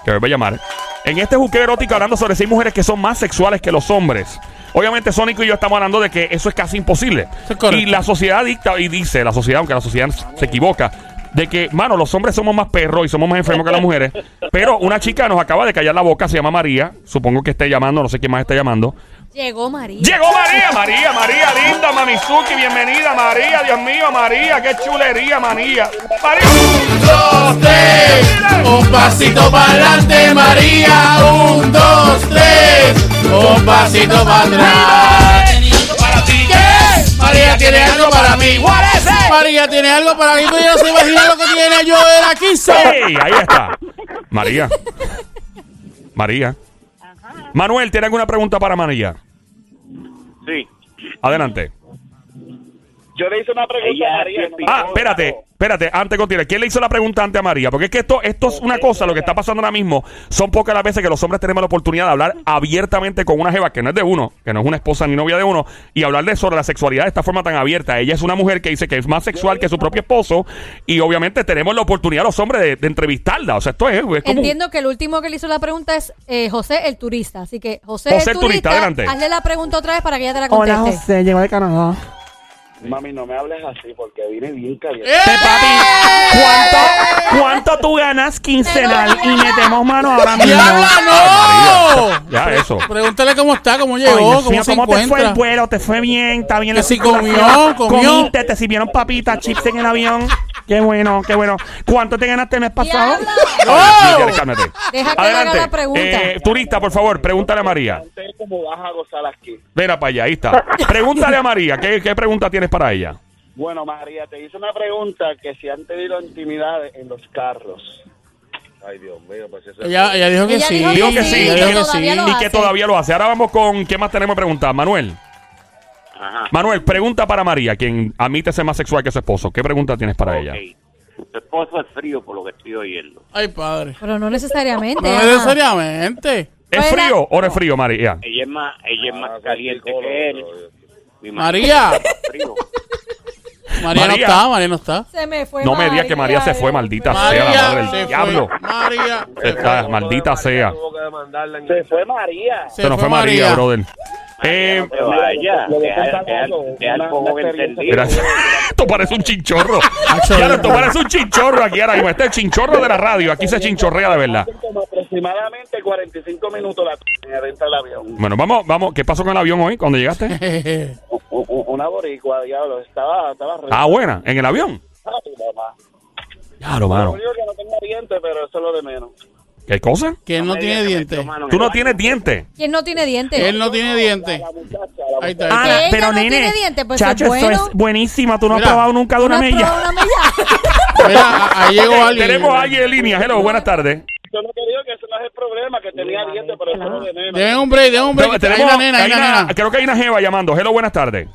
S1: que vuelve a llamar. En este juqueo erótico hablando sobre seis mujeres que son más sexuales que los hombres. Obviamente Sónico y yo estamos hablando de que eso es casi imposible.
S3: Eso es correcto.
S1: Y la sociedad dicta y dice, la sociedad, aunque la sociedad se equivoca, de que, mano, los hombres somos más perros y somos más enfermos que las mujeres. Pero una chica nos acaba de callar la boca, se llama María, supongo que esté llamando, no sé quién más está llamando.
S4: Llegó María.
S1: Llegó María, María, María, linda, Mamizuki, bienvenida, María, Dios mío, María, qué chulería, María. María.
S3: dos, tres. Un pasito para adelante, María. Un, dos, tres. Un pasito para atrás. ¿Qué? María tiene algo para mí. María tiene algo para mí. Tú ya se imagina lo que tiene yo de la 15.
S1: Ey, ahí está. María. María. Manuel, ¿tiene alguna pregunta para María?
S7: Sí.
S1: Adelante.
S7: Yo le hice una pregunta a María. no me
S1: Ah,
S7: acuerdo.
S1: espérate, espérate, antes de continuar. ¿Quién le hizo la pregunta antes a María? Porque es que esto, esto es una cosa, lo que está pasando ahora mismo. Son pocas las veces que los hombres tenemos la oportunidad de hablar abiertamente con una jeva que no es de uno, que no es una esposa ni novia de uno, y hablarle sobre la sexualidad de esta forma tan abierta. Ella es una mujer que dice que es más sexual que su propio esposo, y obviamente tenemos la oportunidad los hombres de, de entrevistarla. O sea, esto es, es como un-
S4: Entiendo que el último que le hizo la pregunta es eh, José el turista. Así que, José,
S1: José el turista, adelante.
S4: hazle la pregunta otra vez para que ella te la conteste.
S2: Hola, José. Llegó de Canadá.
S7: Mami, no me hables así porque vine bien
S3: ¡Eh!
S7: caliente.
S2: Che, papi, ¿cuánto, ¿cuánto tú ganas quincenal? Y metemos mano ahora mismo.
S3: ¡Diabla, no!
S1: Ya, eso.
S4: Oh.
S3: Pregúntale cómo está, cómo
S2: Ay, Dios
S3: llegó, cómo
S2: mío,
S3: se
S2: ¿Cómo te fue el
S3: encuentra.
S2: vuelo? ¿Te fue bien? ¿Está bien?
S3: Que
S2: la-
S3: sí comió,
S2: la-
S3: comió.
S2: Comiste, te sirvieron papitas, chips en el avión. Qué bueno, qué bueno. ¿Cuánto te ganaste el mes pasado?
S4: ¡Diablo!
S1: Ay, Miguel, cálmate.
S4: Deja que le haga la pregunta.
S1: Oh, Eh, turista, por favor, pregúntale a María.
S7: ¿Cómo vas a gozar aquí?
S1: Ven para allá, ahí está. Pregúntale a María, ¿qué, qué pregunta tienes para ella?
S7: Bueno, María, te hice una pregunta que si han tenido intimidades en los carros. Ay, Dios mío, pues eso
S3: Ella, ella dijo que
S4: Ella
S3: sí.
S4: dijo que
S1: Dijo que sí, sí,
S3: Ella
S1: que
S3: dijo que
S4: todavía
S3: sí.
S4: lo
S1: Y que
S4: hace.
S1: todavía lo hace. Ahora vamos con, ¿qué más tenemos que preguntar? Manuel.
S7: Ajá.
S1: Manuel, pregunta para María, quien admite ser más sexual que su esposo. ¿Qué pregunta tienes para ella?
S7: Tu esposo es frío por lo que estoy oyendo.
S3: Ay, padre.
S4: Pero no necesariamente.
S3: No
S4: ajá.
S3: necesariamente.
S1: ¿Es
S4: Fuera.
S1: frío o no es frío, María?
S7: Ella es más, ella es más caliente que él. Mi
S3: María.
S7: frío.
S3: María no
S1: María.
S3: está, María no está.
S4: Se me fue
S1: No me digas que María se fue, maldita sea la madre del
S3: se fue.
S1: diablo.
S3: María. Se fue.
S1: Esta maldita sea.
S7: Se fue María.
S1: Se nos fue María, brother. Eh,
S7: Pero vaya, deja, deja, deja el poco que entendí.
S1: Mira, esto parece un chinchorro. Claro, esto parece un chinchorro aquí ahora mismo. Este es el chinchorro de la radio. Aquí se chinchorrea de verdad.
S7: Como aproximadamente 45 minutos la t- adentro del avión.
S1: Bueno, vamos, vamos. ¿Qué pasó con el avión hoy cuando llegaste?
S7: U- u- Una boricua, diablo, estaba, estaba re
S1: Ah, buena, en el avión.
S7: rápida, ma.
S1: Claro,
S7: Lo
S1: mano.
S7: único que no tengo dientes, pero eso es lo de menos.
S1: ¿Qué cosa?
S3: que él no tiene dientes.
S1: Tú no tienes dientes.
S4: ¿Quién no tiene dientes?
S3: Él no tiene dientes. Ahí está.
S2: Ah,
S3: Ahí está.
S4: ella
S2: pero
S4: no
S2: nene,
S4: tiene dientes, pues,
S2: chacho,
S4: eso es
S2: eso
S4: bueno.
S2: es buenísima. Tú no
S3: Mira.
S2: has probado nunca de una
S4: ¿No has
S2: mella.
S4: probado una mella?
S3: Mira, a- ahí llegó
S1: Eh,
S3: alguien.
S1: Ah. Tenemos a alguien en línea. Hello, buenas tardes.
S7: Yo no te digo que ese no es el problema, que tenía dientes, pero eso es lo de menos.
S3: De un break, de un break.
S1: No,
S3: que hay
S1: tenemos,
S3: una nena, hay
S1: hay
S3: una
S1: una-
S3: nena.
S1: creo que hay una jeva llamando. Hello, buenas tardes.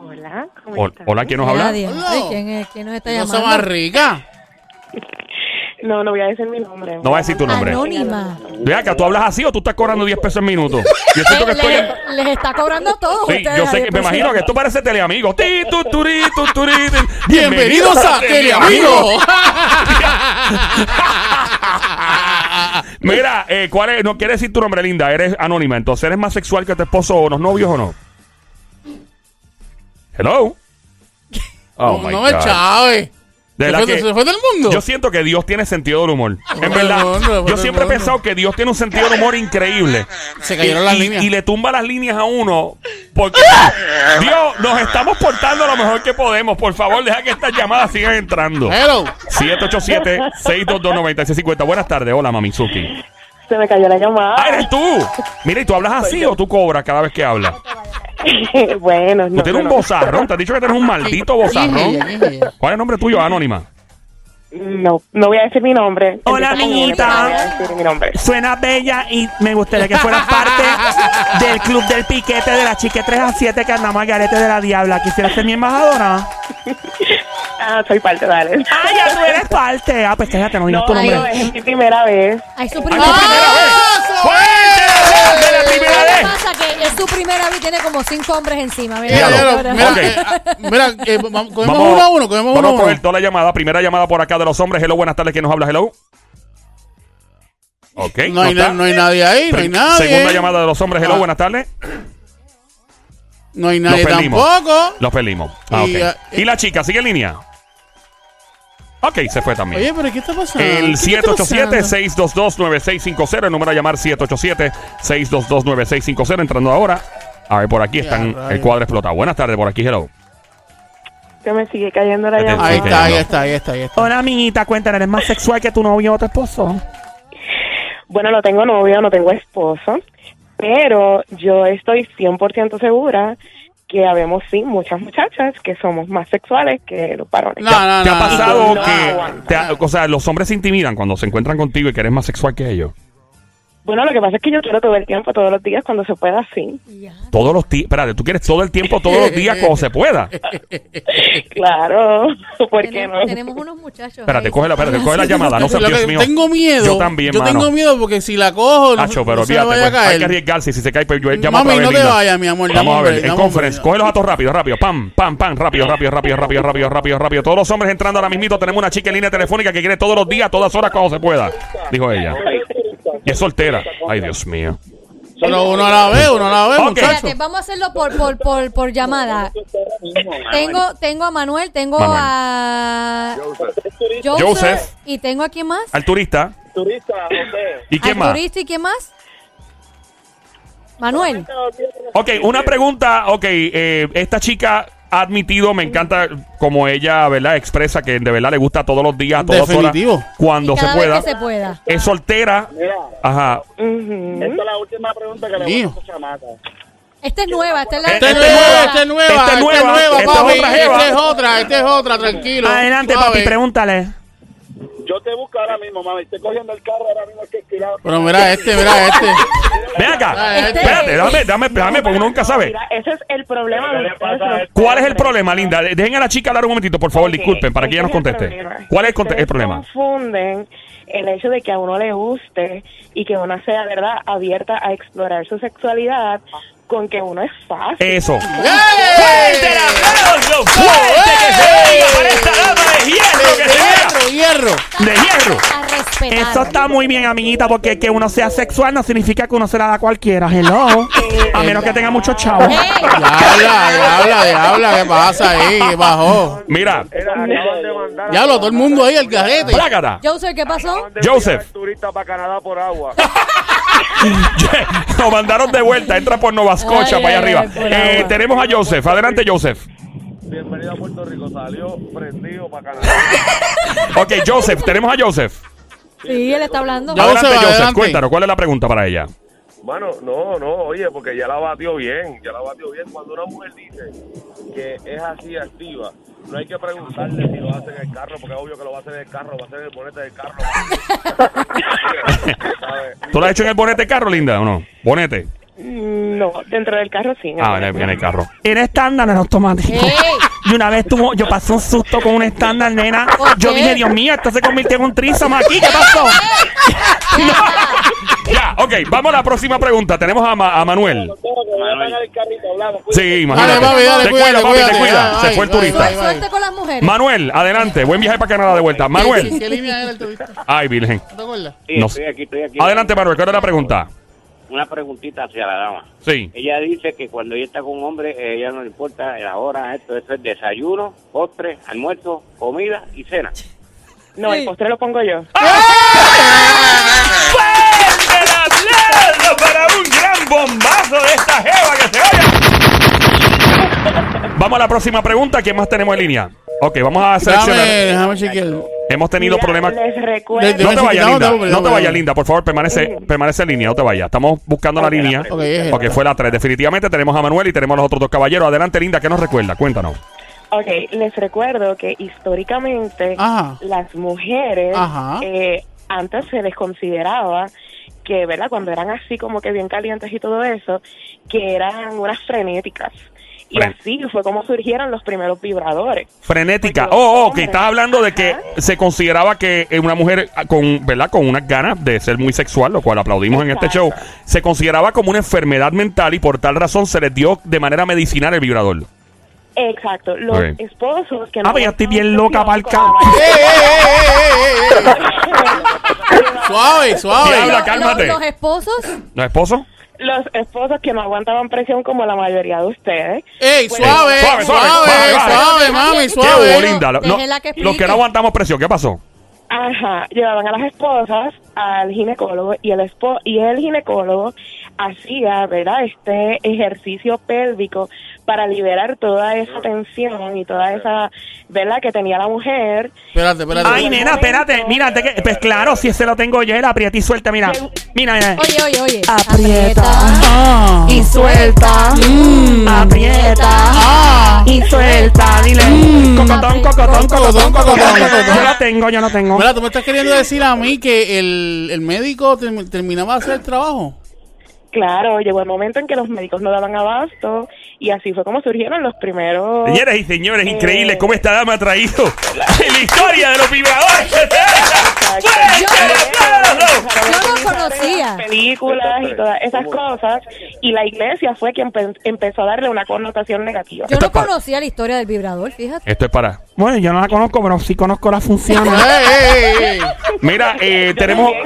S8: Hola, ¿cómo
S1: Hol-
S8: estás?
S1: Hola, ¿quién nos habla?
S4: Nadie.
S3: Hola.
S4: Ay, ¿Quién, es? ¿Quién nos está
S3: No
S4: llamando?
S3: más rica.
S8: No, no voy a decir mi nombre.
S1: No va a decir tu nombre.
S4: Anónima.
S1: Ve acá, ¿tú hablas así o tú estás cobrando 10 pesos el minuto? Yo siento que
S4: Les,
S1: estoy en,
S4: les- les está cobrando todo.
S1: Sí,
S4: ustedes
S1: yo
S4: a
S1: sé que me
S4: 10%.
S1: imagino que esto parece teleamigo. Ti, tu, turi, tu, turi, ti.
S3: Bienvenidos a Teleamigo.
S1: Mira, eh, ¿cuál es? No quiere decir tu nombre, linda. Eres anónima. Entonces, ¿eres más sexual que tu esposo o los novios o no? Hello. Oh,
S3: No,
S1: my
S3: no me
S1: God.
S3: chaves.
S1: De
S3: ¿Se
S1: verdad
S3: fue,
S1: que-
S3: se fue del mundo?
S1: Yo siento que Dios tiene sentido del humor. En
S3: Bueno,
S1: verdad,
S3: bueno,
S1: yo
S3: bueno,
S1: siempre he
S3: bueno.
S1: pensado que Dios tiene un sentido del humor increíble.
S3: Se cayeron las líneas.
S1: y le tumba las líneas a uno. Porque Dios, nos estamos portando lo mejor que podemos. Por favor, deja que estas llamadas sigan entrando.
S3: Hello.
S1: 787-622-9650. Buenas tardes. Hola, Mamizuki.
S8: Se me cayó la llamada.
S1: Ah, eres tú. Mira, ¿y tú hablas así o tú cobras cada vez que hablas?
S8: bueno,
S1: Tú tienes un bozarrón. Te has dicho que tienes un maldito bozarrón.
S3: ¿Quién es ella?
S1: ¿Cuál es el nombre tuyo, Anónima?
S8: No, no voy a decir mi nombre.
S2: Hola,
S8: Empieza con N,
S2: amiguita.
S8: pero No voy a decir mi nombre.
S2: Suena bella y me gustaría que fueras parte del club del piquete de la chique 3 a 7 que andamos al garete de la diabla. ¿Quisieras ser mi embajadora?
S8: Ah, soy parte, dale.
S2: Ah, ya tú eres parte. Ah, pues cállate, no digas
S8: No,
S2: tu
S8: ay,
S2: nombre.
S8: no, es mi primera vez.
S4: Ay, su
S1: ¡Ay,
S4: primera
S1: tu
S3: ¡Ah!
S1: primera vez! ¡Fuerte! ¡De la primera
S4: ¿Qué
S1: vez!
S4: le pasa? Que es su primera vez y tiene como cinco hombres encima. Mira,
S3: Mira,
S1: Diablo.
S3: mira, mira,
S1: Ok.
S3: eh, ah, mira, eh, va- comemos uno a uno, comemos uno
S1: vamos
S3: a
S1: a coger
S3: uno.
S1: toda la llamada. Primera llamada por acá de los hombres. Hello, buenas tardes. ¿Quién nos habla? Hello. Ok.
S3: No hay, na-
S1: está.
S3: no hay nadie ahí, no hay
S1: Prim-
S3: nadie.
S1: Segunda llamada de los hombres. Hello,
S3: Ah.
S1: buenas tardes.
S3: No hay nadie
S1: Nos perdimos.
S3: tampoco.
S1: Los perdimos. Ah,
S3: Y,
S1: ok.
S3: ah,
S1: y la chica, sigue en línea. Ok, se fue también.
S3: Oye, pero ¿qué está pasando?
S1: El
S3: ¿Qué está pasando?
S1: 787-622-9650. El número a llamar 787-622-9650. Entrando ahora. A ver, por aquí
S3: Ya,
S1: están
S3: rayos.
S1: el cuadro explotado. Buenas tardes, por aquí, hello.
S8: Se me sigue cayendo la
S1: Ahí
S8: llamada.
S3: Ahí
S1: Sí,
S3: está, ahí
S1: no.
S3: está, ahí está, ahí está.
S2: Hola, amiguita, cuéntanos, ¿eres más sexual que tu novio o tu esposo?
S8: Bueno, no tengo novio, no tengo esposo, pero yo estoy 100% segura que habemos, sí, muchas muchachas que somos más sexuales que los varones.
S3: No, no,
S1: ¿Te ha
S3: no,
S1: pasado
S8: Ah, no,
S1: que.?
S8: no,
S1: te ha- o sea, los hombres se intimidan cuando se encuentran contigo y que eres más sexual que ellos.
S8: Bueno, lo que pasa es que yo quiero todo el tiempo, todos los días, cuando se pueda, sí.
S1: Todos los días. Espérate, tú quieres todo el tiempo, todos los días, como se pueda.
S8: Claro, ¿por qué
S4: tenemos,
S8: no?
S4: tenemos unos muchachos.
S1: Espérate,
S4: ahí.
S1: cógela, espérate, coge la llamada. No sé,
S3: Lo que
S1: Dios mío.
S3: tengo miedo.
S1: Yo también,
S3: Yo
S1: mano.
S3: tengo miedo porque si la cojo, no,
S1: Nacho,
S3: no
S1: pero
S3: se me
S1: olvídate,
S3: vaya a
S1: pues, hay que
S3: caer.
S1: arriesgarse. Si se cae, pues yo llamo
S3: Mami,
S1: otra vez,
S3: no te
S1: linda.
S3: vayas, mi amor,
S1: Vamos
S3: dame
S1: a ver,
S3: un break,
S1: en
S3: dame un
S1: conference.
S3: break.
S1: Coge los datos rápido, rápido. Pam, pam, pam, rápido, rápido, rápido, rápido, rápido, rápido, rápido. Todos los hombres entrando ahora mismito. Tenemos una chica en línea telefónica que quiere todos los días, todas horas, cuando se pueda. Dijo ella. Y es soltera. Ay, Dios mío.
S3: Pero uno a la vez, uno a la vez,
S1: Ok.
S3: muchacho.
S4: Espérate, vamos a hacerlo por, por, por, por llamada. Tengo, tengo a Manuel, tengo
S1: Manuel.
S4: a Joseph,
S1: Joseph.
S4: y tengo a quién más.
S1: Al turista.
S7: Turista, José.
S1: ¿Y quién
S4: Al
S1: más?
S4: turista y quién más. Manuel.
S1: Ok, una pregunta. Ok, eh, esta chica ha admitido, me encanta como ella, ¿verdad? Expresa que de verdad le gusta todos los días, a todas
S3: Definitivo.
S1: horas, cuando
S4: Y
S1: se
S4: cada
S1: pueda.
S4: vez que se pueda.
S1: Es soltera.
S5: Mira,
S1: Ajá.
S8: Ujú.
S5: esta es la última pregunta que le voy a
S3: Mío.
S5: hacer a esta chamaca.
S4: Esta es nueva, esta es la
S1: Esta
S3: Esta es
S1: Este
S3: nueva,
S1: nueva,
S3: esta es nueva,
S1: este
S3: esta es nueva,
S1: nueva, esta
S3: papi.
S1: es otra jeva.
S3: Esta es otra, esta es otra, tranquilo.
S2: Adelante,
S3: suave.
S2: papi, pregúntale.
S5: Yo te busco ahora mismo, mami. Estoy cogiendo el carro ahora mismo que estirado.
S3: Pero mira este, mira este.
S1: Ven acá.
S3: Este-
S1: Espérate, dame, dame, dame, porque uno nunca sabe.
S8: Mira, ese es el problema. de ustedes, los
S1: ¿Cuál es el
S8: hombres.
S1: problema, linda? De- Dejen a la chica hablar un momentito, por favor,
S8: Ok,
S1: disculpen, para que ella nos
S8: ese el
S1: conteste.
S8: problema.
S1: ¿Cuál es el, conte- el
S8: Ustedes
S1: problema?
S8: confunden el hecho de que a uno le guste y que uno sea, ¿verdad?, abierta a explorar su sexualidad con que uno es fácil.
S1: Eso. ¡Fuerte el
S3: ¡Ey!
S1: aplauso! ¡Fuerte que se oiga para esta dama de hierro que se vea!
S3: ¡Hierro, hierro!
S1: ¡De hierro!
S4: a respetar.
S2: Eso está muy bien, amiguita, porque que uno sea sexual no significa que uno se la da a cualquiera. Hello. A menos que tenga muchos
S4: Ey,
S2: chavos.
S3: Diabla, diabla, diabla, ¿qué pasa ahí? ¿Qué bajó?
S1: Mira,
S7: Era, acaban de mandar a-
S3: Diablo, todo el mundo ahí, el carrete.
S1: plácata.
S4: Joseph, ¿qué pasó?
S7: acaban de enviar
S1: Joseph.
S7: al turista para Canadá por agua.
S1: Nos mandaron de vuelta, entra por Novascocha
S4: Ay,
S1: para allá
S4: ay,
S1: arriba.
S4: ay, por
S1: Eh,
S4: agua.
S1: tenemos a Joseph. Adelante, Joseph.
S7: Bienvenido a Puerto Rico. Salió prendido para Canadá.
S1: Ok, Joseph, tenemos a Joseph.
S4: Sí, él está hablando.
S3: Joseph,
S1: Adelante, Joseph.
S3: adelante.
S1: Cuéntanos, ¿cuál es la pregunta para ella?
S7: Mano, no, no, oye, porque ya la batió bien, ya la batió bien. Cuando una mujer dice que es así activa, no hay que preguntarle si lo hace en el carro, porque es obvio que lo va a hacer en el carro, va a hacer en el bonete del carro. ¿Sabes?
S1: ¿Tú la has hecho en el bonete del carro, linda, o no? Bonete.
S8: No, dentro del carro sí.
S1: Eh. Ah,
S8: no.
S1: en el, en el carro.
S2: Era estándar en automático.
S4: Ey.
S2: Y una vez tuvo, yo pasé un susto con un estándar, nena.
S4: ¿Por
S2: Yo
S4: qué?
S2: dije, Dios mío, esto se convirtió en un trísoma aquí. ¿Qué pasó?
S1: Ya, ok, vamos a la próxima pregunta. Tenemos a, Ma- a Manuel. Sí, imagínate.
S3: Dale, papi, dale,
S1: te
S3: cuídate,
S1: cuida, papi, te
S3: cuídate.
S1: cuida.
S3: Ah,
S1: Se
S3: ay,
S1: fue el
S3: ay,
S1: turista.
S3: ay.
S4: Su- Suerte con las mujeres.
S1: Manuel, adelante. Buen viaje para Canadá de vuelta.
S3: ¿Qué,
S1: Manuel.
S3: qué línea era el turista?
S1: Ay, virgen.
S3: ¿No te acuerdas?
S5: Sí,
S1: No
S5: estoy
S1: sé.
S5: aquí, estoy aquí.
S1: Adelante, Manuel. ¿Cuál es la pregunta?
S5: Una preguntita hacia la dama.
S1: Sí.
S5: Ella dice que cuando ella está con un hombre, eh, ella no le importa la hora, esto, esto es desayuno, postre, almuerzo, comida y cena.
S8: No, el postre lo pongo yo.
S1: ¡Fuerte el aplauso para un gran bombazo de esta jeva que se oye! Vamos a la próxima pregunta. ¿Quién más tenemos en línea? Ok, vamos a
S3: Déjame,
S1: seleccionar.
S3: déjame chequear.
S1: Hemos tenido
S8: Mira,
S1: problemas.
S8: Les
S3: Desde-
S8: recuerdo.
S1: No te vayas,
S3: Dame,
S1: linda.
S3: dame,
S1: No
S3: dame,
S1: te vayas,
S3: dame.
S1: linda. Por favor, permanece, permanece en línea. No te vayas. Estamos buscando la línea.
S3: Ok, es esta.
S1: Ok, fue la 3. Definitivamente tenemos a Manuel y tenemos a los otros dos caballeros. Adelante, linda. ¿Qué nos recuerda? Cuéntanos.
S8: Ok, les recuerdo que históricamente
S3: Ajá.
S8: las mujeres
S3: Ajá.
S8: eh, antes se les consideraba que, ¿verdad? Cuando eran así como que bien calientes y todo eso, que eran unas frenéticas. Y
S1: Fren-
S8: así fue como surgieron los primeros vibradores.
S1: Frenética.
S8: Porque los
S1: Oh, oh, que
S8: hombres-
S1: estás hablando de que
S8: Ajá.
S1: se consideraba que eh, una mujer ah, con, ¿verdad? Con unas ganas de ser muy sexual, lo cual aplaudimos en este show,
S8: Exacto.
S1: se consideraba como una enfermedad mental y por tal razón se les dio de manera medicinal el vibrador.
S8: Exacto, los
S1: Ok.
S8: esposos que
S2: Ah, pues ya estoy bien loca pa'l
S8: aguantaban
S2: ca-
S3: ¡Ey, ey, ey, ey, ey, ey, ey!
S8: presión-
S3: Suave,
S1: Diabla.
S3: suave.
S1: Habla, cálmate.
S4: Los, los esposos.
S1: ¿No, esposo?
S8: los esposos que no aguantaban presión como la mayoría de ustedes.
S3: ¡Ey, suave!
S1: Suave, suave,
S3: ¡Suave,
S1: suave,
S3: suave,
S1: baja.
S3: mami,
S4: Qué
S1: ¡Qué
S3: suave!
S1: hubo, linda! Lo- no,
S4: Déjela que explique.
S1: los que no aguantamos presión, ¿qué pasó?
S8: Ajá, llevaban a las esposas al ginecólogo y el espo y el ginecólogo hacía, ¿verdad? Este ejercicio pélvico para liberar toda esa tensión y toda esa, ¿verdad? que tenía la mujer.
S3: Espérate, espérate.
S2: Ay, nena, espérate. Mira, antes que, pues claro, si ese lo tengo yo, era aprieta y suelta. Mira, mira, mira.
S4: Oye, oye, oye.
S2: Aprieta
S3: Ah,
S2: y suelta. Aprieta
S3: ah.
S2: y suelta. Dile, cocotón, cocotón, cocotón,
S3: Cocotón, cocotón,
S2: cocotón.
S3: cocotón.
S2: Yo lo tengo, yo lo tengo.
S3: Mira, tú me estás queriendo decir a mí que el, el médico term- terminaba de hacer el trabajo.
S8: Claro, llegó el momento en que los médicos no daban abasto y así fue como surgieron los primeros
S1: Señoras y señores, increíble
S8: Eh.
S1: cómo esta dama ha traído la historia de los vibradores.
S8: Exacto.
S1: ¡Fuerte el aplauso!
S4: Yo no conocía.
S8: películas y todas esas cosas y la iglesia fue quien empe- empezó a darle una connotación negativa.
S4: Yo no
S1: Esto es para-
S4: conocía la historia del vibrador, fíjate.
S1: Esto es para.
S2: Bueno, yo no la conozco, pero sí conozco las funciones.
S3: ¡Ey, ey, ey!
S1: Mira, eh, tenemos.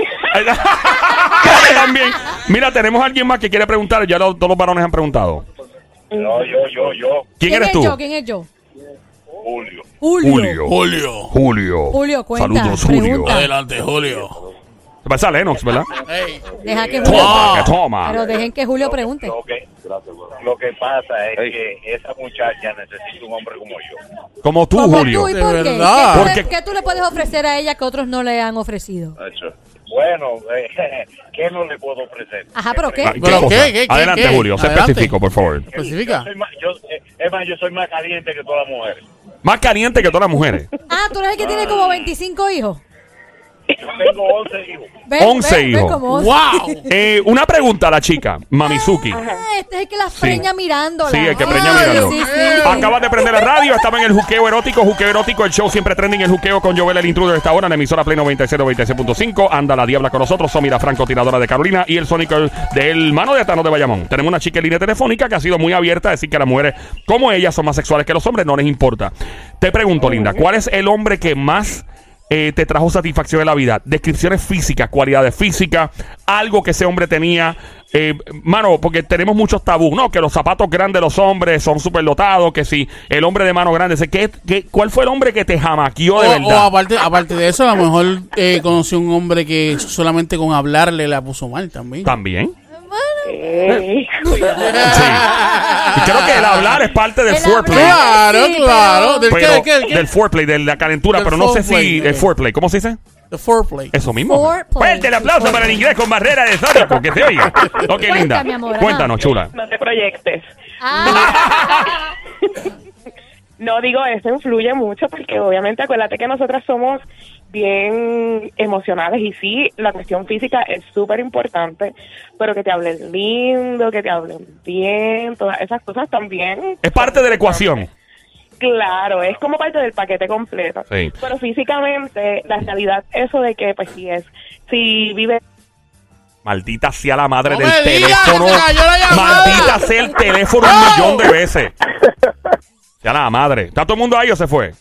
S1: Yo también. Mira, tenemos a alguien más que quiere preguntar. Ya los- todos los varones han preguntado.
S7: No, yo, yo, yo,
S1: ¿Quién eres
S4: es
S1: tú?
S4: yo? ¿Quién es yo?
S7: Julio.
S4: Julio.
S1: Julio.
S3: Julio.
S1: Julio.
S4: Julio, cuenta,
S1: Saludos, Julio.
S4: pregunta.
S3: Adelante, Julio.
S1: Se parece a Lennox, ¿verdad?
S3: ¡Ey!
S4: Deja que Julio.
S1: Toma, que toma.
S4: Pero dejen que Julio pregunte.
S7: Ok, gracias.
S10: Lo que pasa es que esa muchacha necesita un hombre como yo.
S1: Como tú,
S4: Como
S1: Julio.
S4: tú y
S3: De
S4: por qué. ¿Qué
S3: verdad.
S4: tú le-
S1: Porque-
S4: ¿Qué tú le puedes ofrecer a ella que otros no le han ofrecido?
S10: Bueno, eh, ¿qué no le puedo ofrecer? Eh,
S4: Ajá, pero ¿qué?
S1: Ah,
S3: ¿Pero
S1: cosa?
S3: qué, qué, qué,
S1: Adelante,
S3: qué?
S1: Julio. Se
S3: Adelante.
S1: especificó, por favor.
S3: Especifica.
S10: Yo soy más- yo- eh, es más, yo soy más caliente que toda mujer.
S1: Más caliente que todas las mujeres.
S4: Ah, tú eres el que tiene como 25 hijos.
S10: Yo tengo 11 hijos.
S4: Ven,
S1: 11
S4: ven, ven
S1: hijos.
S4: como 11.
S3: ¡Wow!
S1: Eh, una pregunta a la chica, Mamizuki.
S4: Ah, este es el que las preña mirándola.
S1: Sí, el que preña
S4: Ay,
S1: mirando.
S4: sí, sí.
S1: Acabas de prender la radio, estaba en el juqueo erótico, juqueo erótico, el show siempre trending, el juqueo con Joel el intruder de esta hora en la emisora Play 96, 96.5. Anda la diabla con nosotros, Somi la franco tiradora de Carolina y el sónico el- del mano de Tano de Bayamón. Tenemos una chica en línea telefónica que ha sido muy abierta a decir que las mujeres, como ellas, son más sexuales que los hombres, no les importa. Te pregunto, Linda, ¿cuál es el hombre que más eh, te trajo satisfacción en la vida? Descripciones físicas, cualidades físicas, algo que ese hombre tenía. eh, mano, porque tenemos muchos tabú, ¿no? Que los zapatos grandes de los hombres son superdotados, que si el hombre de mano grande, se- ¿qué, qué, cuál fue el hombre que te jamaqueó
S3: O,
S1: de
S3: o
S1: verdad?
S3: aparte, aparte de eso, a lo mejor eh, conocí un hombre que solamente con hablarle la puso mal también.
S1: También.
S8: Eh,
S1: Sí. Y creo que el hablar es parte del
S4: El
S1: foreplay.
S4: hablar,
S3: Claro,
S4: Sí, pero-
S3: claro. ¿Del Ah, qué?
S1: Pero,
S3: ¿Del qué? ¿Del qué?
S1: Del foreplay, de la calentura,
S3: Del
S1: pero no sé si.
S3: foreplay.
S1: El foreplay, ¿cómo se dice?
S3: The foreplay.
S1: Eso mismo.
S4: Foreplay.
S1: Fuerte el aplauso para el inglés con barrera de Sónico, porque te oye. Ok,
S4: Cuenta,
S1: linda.
S4: mi amor, ajá.
S1: Cuéntanos, chula.
S8: no te proyectes.
S4: Ah,
S8: No digo, eso influye mucho porque obviamente acuérdate que nosotras somos bien emocionales y sí, la cuestión física es súper importante, pero que te hablen lindo, que te hablen bien, todas esas cosas también.
S1: Es parte de la ecuación.
S8: Claro, es como parte del paquete completo.
S1: Sí.
S8: Pero físicamente, la realidad, eso de que, pues sí es, si vive
S1: Maldita sea la madre
S3: ¡No
S1: del
S3: me digas!
S1: teléfono.
S3: ¡Se cayó la llamada!
S1: Maldita sea el teléfono un
S3: ¡Oh!
S1: millón de veces. Ya la madre. ¿Está todo el mundo ahí o se fue?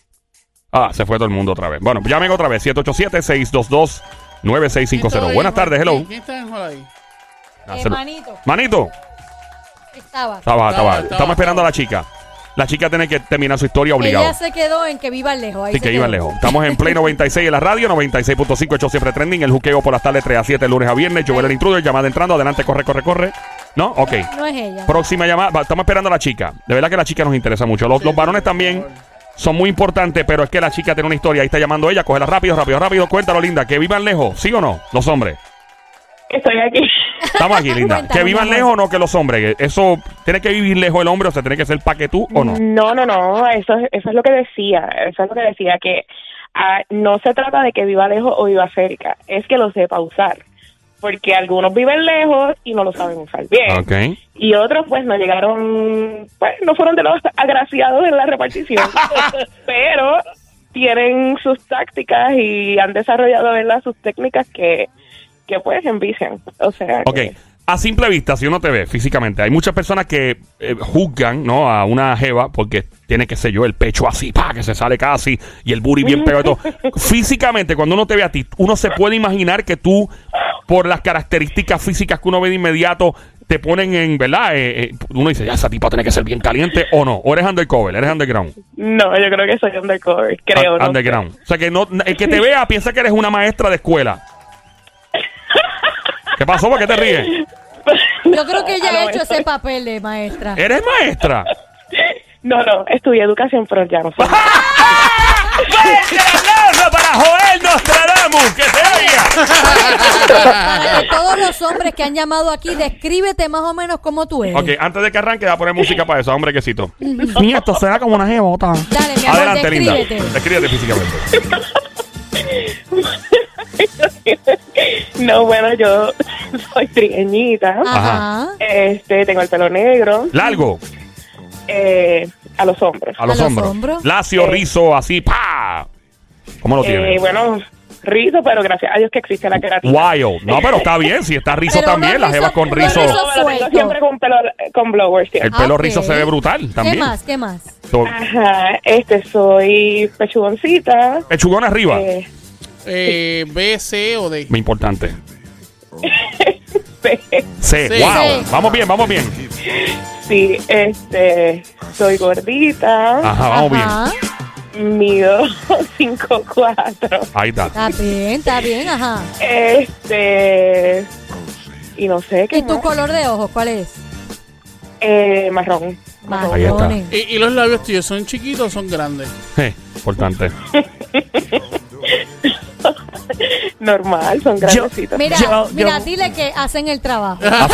S1: Ah, se fue todo el mundo otra vez. Bueno, pues llamen otra vez. 787-622-9650. Buenas tardes, hello.
S3: ¿Quién está en hall ahí?
S1: Ah,
S4: eh,
S1: se lo-
S4: manito,
S1: Manito.
S4: estaba.
S1: Estaba,
S3: Estaba,
S1: estaba.
S3: estaba,
S1: Estamos esperando a la chica. La chica tiene que terminar su historia obligado.
S4: Ella se quedó en que viva lejos. Ahí
S1: Así
S4: se
S1: que iban
S4: quedó.
S1: lejos. Estamos en Play 96 en la radio, 96.5, hecho siempre trending. El juqueo por las tardes 3 a 7, lunes a viernes. Joel el intruder, llamada entrando. Adelante, corre, corre, corre. ¿No? Ok.
S4: No es ella.
S1: Próxima llamada. Va, Estamos esperando a la chica. De verdad que la chica nos interesa mucho. Los, los varones también son muy importantes, pero es que la chica tiene una historia. Ahí está llamando ella. Cógela rápido, rápido, rápido. Cuéntalo, linda. Que vivan lejos. ¿Sí o no? Los hombres.
S8: Estoy aquí.
S1: Estamos aquí, linda.
S4: Cuéntalo,
S1: Que
S4: mi
S1: vivan
S4: amor.
S1: lejos o no que los hombres. Eso tiene que vivir lejos el hombre o se tiene que ser pa' que tú o no.
S8: No, no, no, eso, es- eso es lo que decía, eso es lo que decía, que ah, no se trata de que viva lejos o viva cerca, es que lo sepa usar, porque algunos viven lejos y no lo saben usar bien,
S1: Ok.
S8: y otros pues no llegaron, pues no fueron de los agraciados en la repartición, pero tienen sus tácticas y han desarrollado ¿verdad? sus técnicas que, que pues envician, o sea...
S1: Ok.
S8: que-
S1: A simple vista, si uno te ve físicamente, hay muchas personas que eh, juzgan, ¿no? A una jeva porque tiene, qué sé yo, el pecho así, pa, que se sale casi, y el booty bien pegado y todo. físicamente, cuando uno te ve a ti, uno se puede imaginar que tú, por las características físicas que uno ve de inmediato, te ponen en, ¿verdad? Eh, eh, uno dice, ya, esa tipa tiene que ser bien caliente, o no. O eres undercover, eres underground.
S8: No, yo creo que soy undercover, creo.
S1: Un-
S8: no sé.
S1: underground. O sea, que no, el que te vea piensa que eres una maestra de escuela. ¿Qué pasó? ¿Por qué te ríes?
S4: Yo creo que ella
S8: Ah, no,
S4: ha hecho
S8: estoy-
S4: ese papel de maestra.
S1: ¿Eres maestra?
S8: No, no, estudié educación, pero ya no soy.
S1: ¡Fuerte el aplauso para Joel Nostradamus! ¡Que se oiga!
S4: Para que todos los hombres que han llamado aquí, descríbete más o menos cómo tú eres.
S1: Ok, antes de que arranque, voy a poner música para eso, hombre quesito.
S2: Mira, esto suena como una jebota.
S4: Dale, mi amor,
S1: Adelante, linda.
S4: descríbete.
S1: Descríbete físicamente.
S8: no, bueno, yo soy trigueñita.
S4: Ah. Ajá.
S8: Este, tengo el pelo negro.
S1: Largo,
S8: eh, a los hombres.
S1: a los,
S4: A los
S1: hombros.
S4: hombros.
S1: Lacio,
S8: Eh.
S1: rizo, así, ¡pa! ¿Cómo lo
S8: Eh,
S1: tiene?
S8: bueno, rizo, pero gracias a Dios que existe la queratina.
S1: Wild. No, pero está bien. Si está rizo
S4: Pero
S1: también,
S4: no
S1: las
S4: rizo-
S1: jevas con
S4: no
S1: rizo.
S8: No,
S4: rizo-
S8: pero tengo
S4: suelto.
S8: siempre con pelo con blower,
S1: El
S8: siempre.
S1: pelo
S4: Ok.
S1: rizo se ve brutal
S4: ¿Qué
S1: también.
S4: más? ¿Qué más?
S1: So,
S8: Ajá, este, soy pechugoncita.
S1: pechugón arriba.
S8: eh,
S3: Eh, B, C o D.
S1: Muy importante. C.
S3: Sí.
S1: Wow.
S4: Sí.
S1: Vamos bien, vamos bien.
S8: sí, este, soy gordita,
S1: Ajá, Ah, vamos bien.
S4: Ajá.
S8: mido 5'4".
S1: Ahí está.
S4: Está bien, está bien, ajá.
S8: Este. Y no sé qué.
S4: ¿Y tu
S8: más?
S4: color de ojos cuál es?
S8: Eh, marrón.
S1: Ahí está.
S4: Marrones.
S3: ¿Y, y los labios tuyos son chiquitos o son grandes?
S1: Eh, importante.
S8: Normal, son grandecitos.
S4: Mira,
S2: Yo-
S4: mira,
S2: yo-
S4: dile que hacen el
S1: А
S4: trabajo.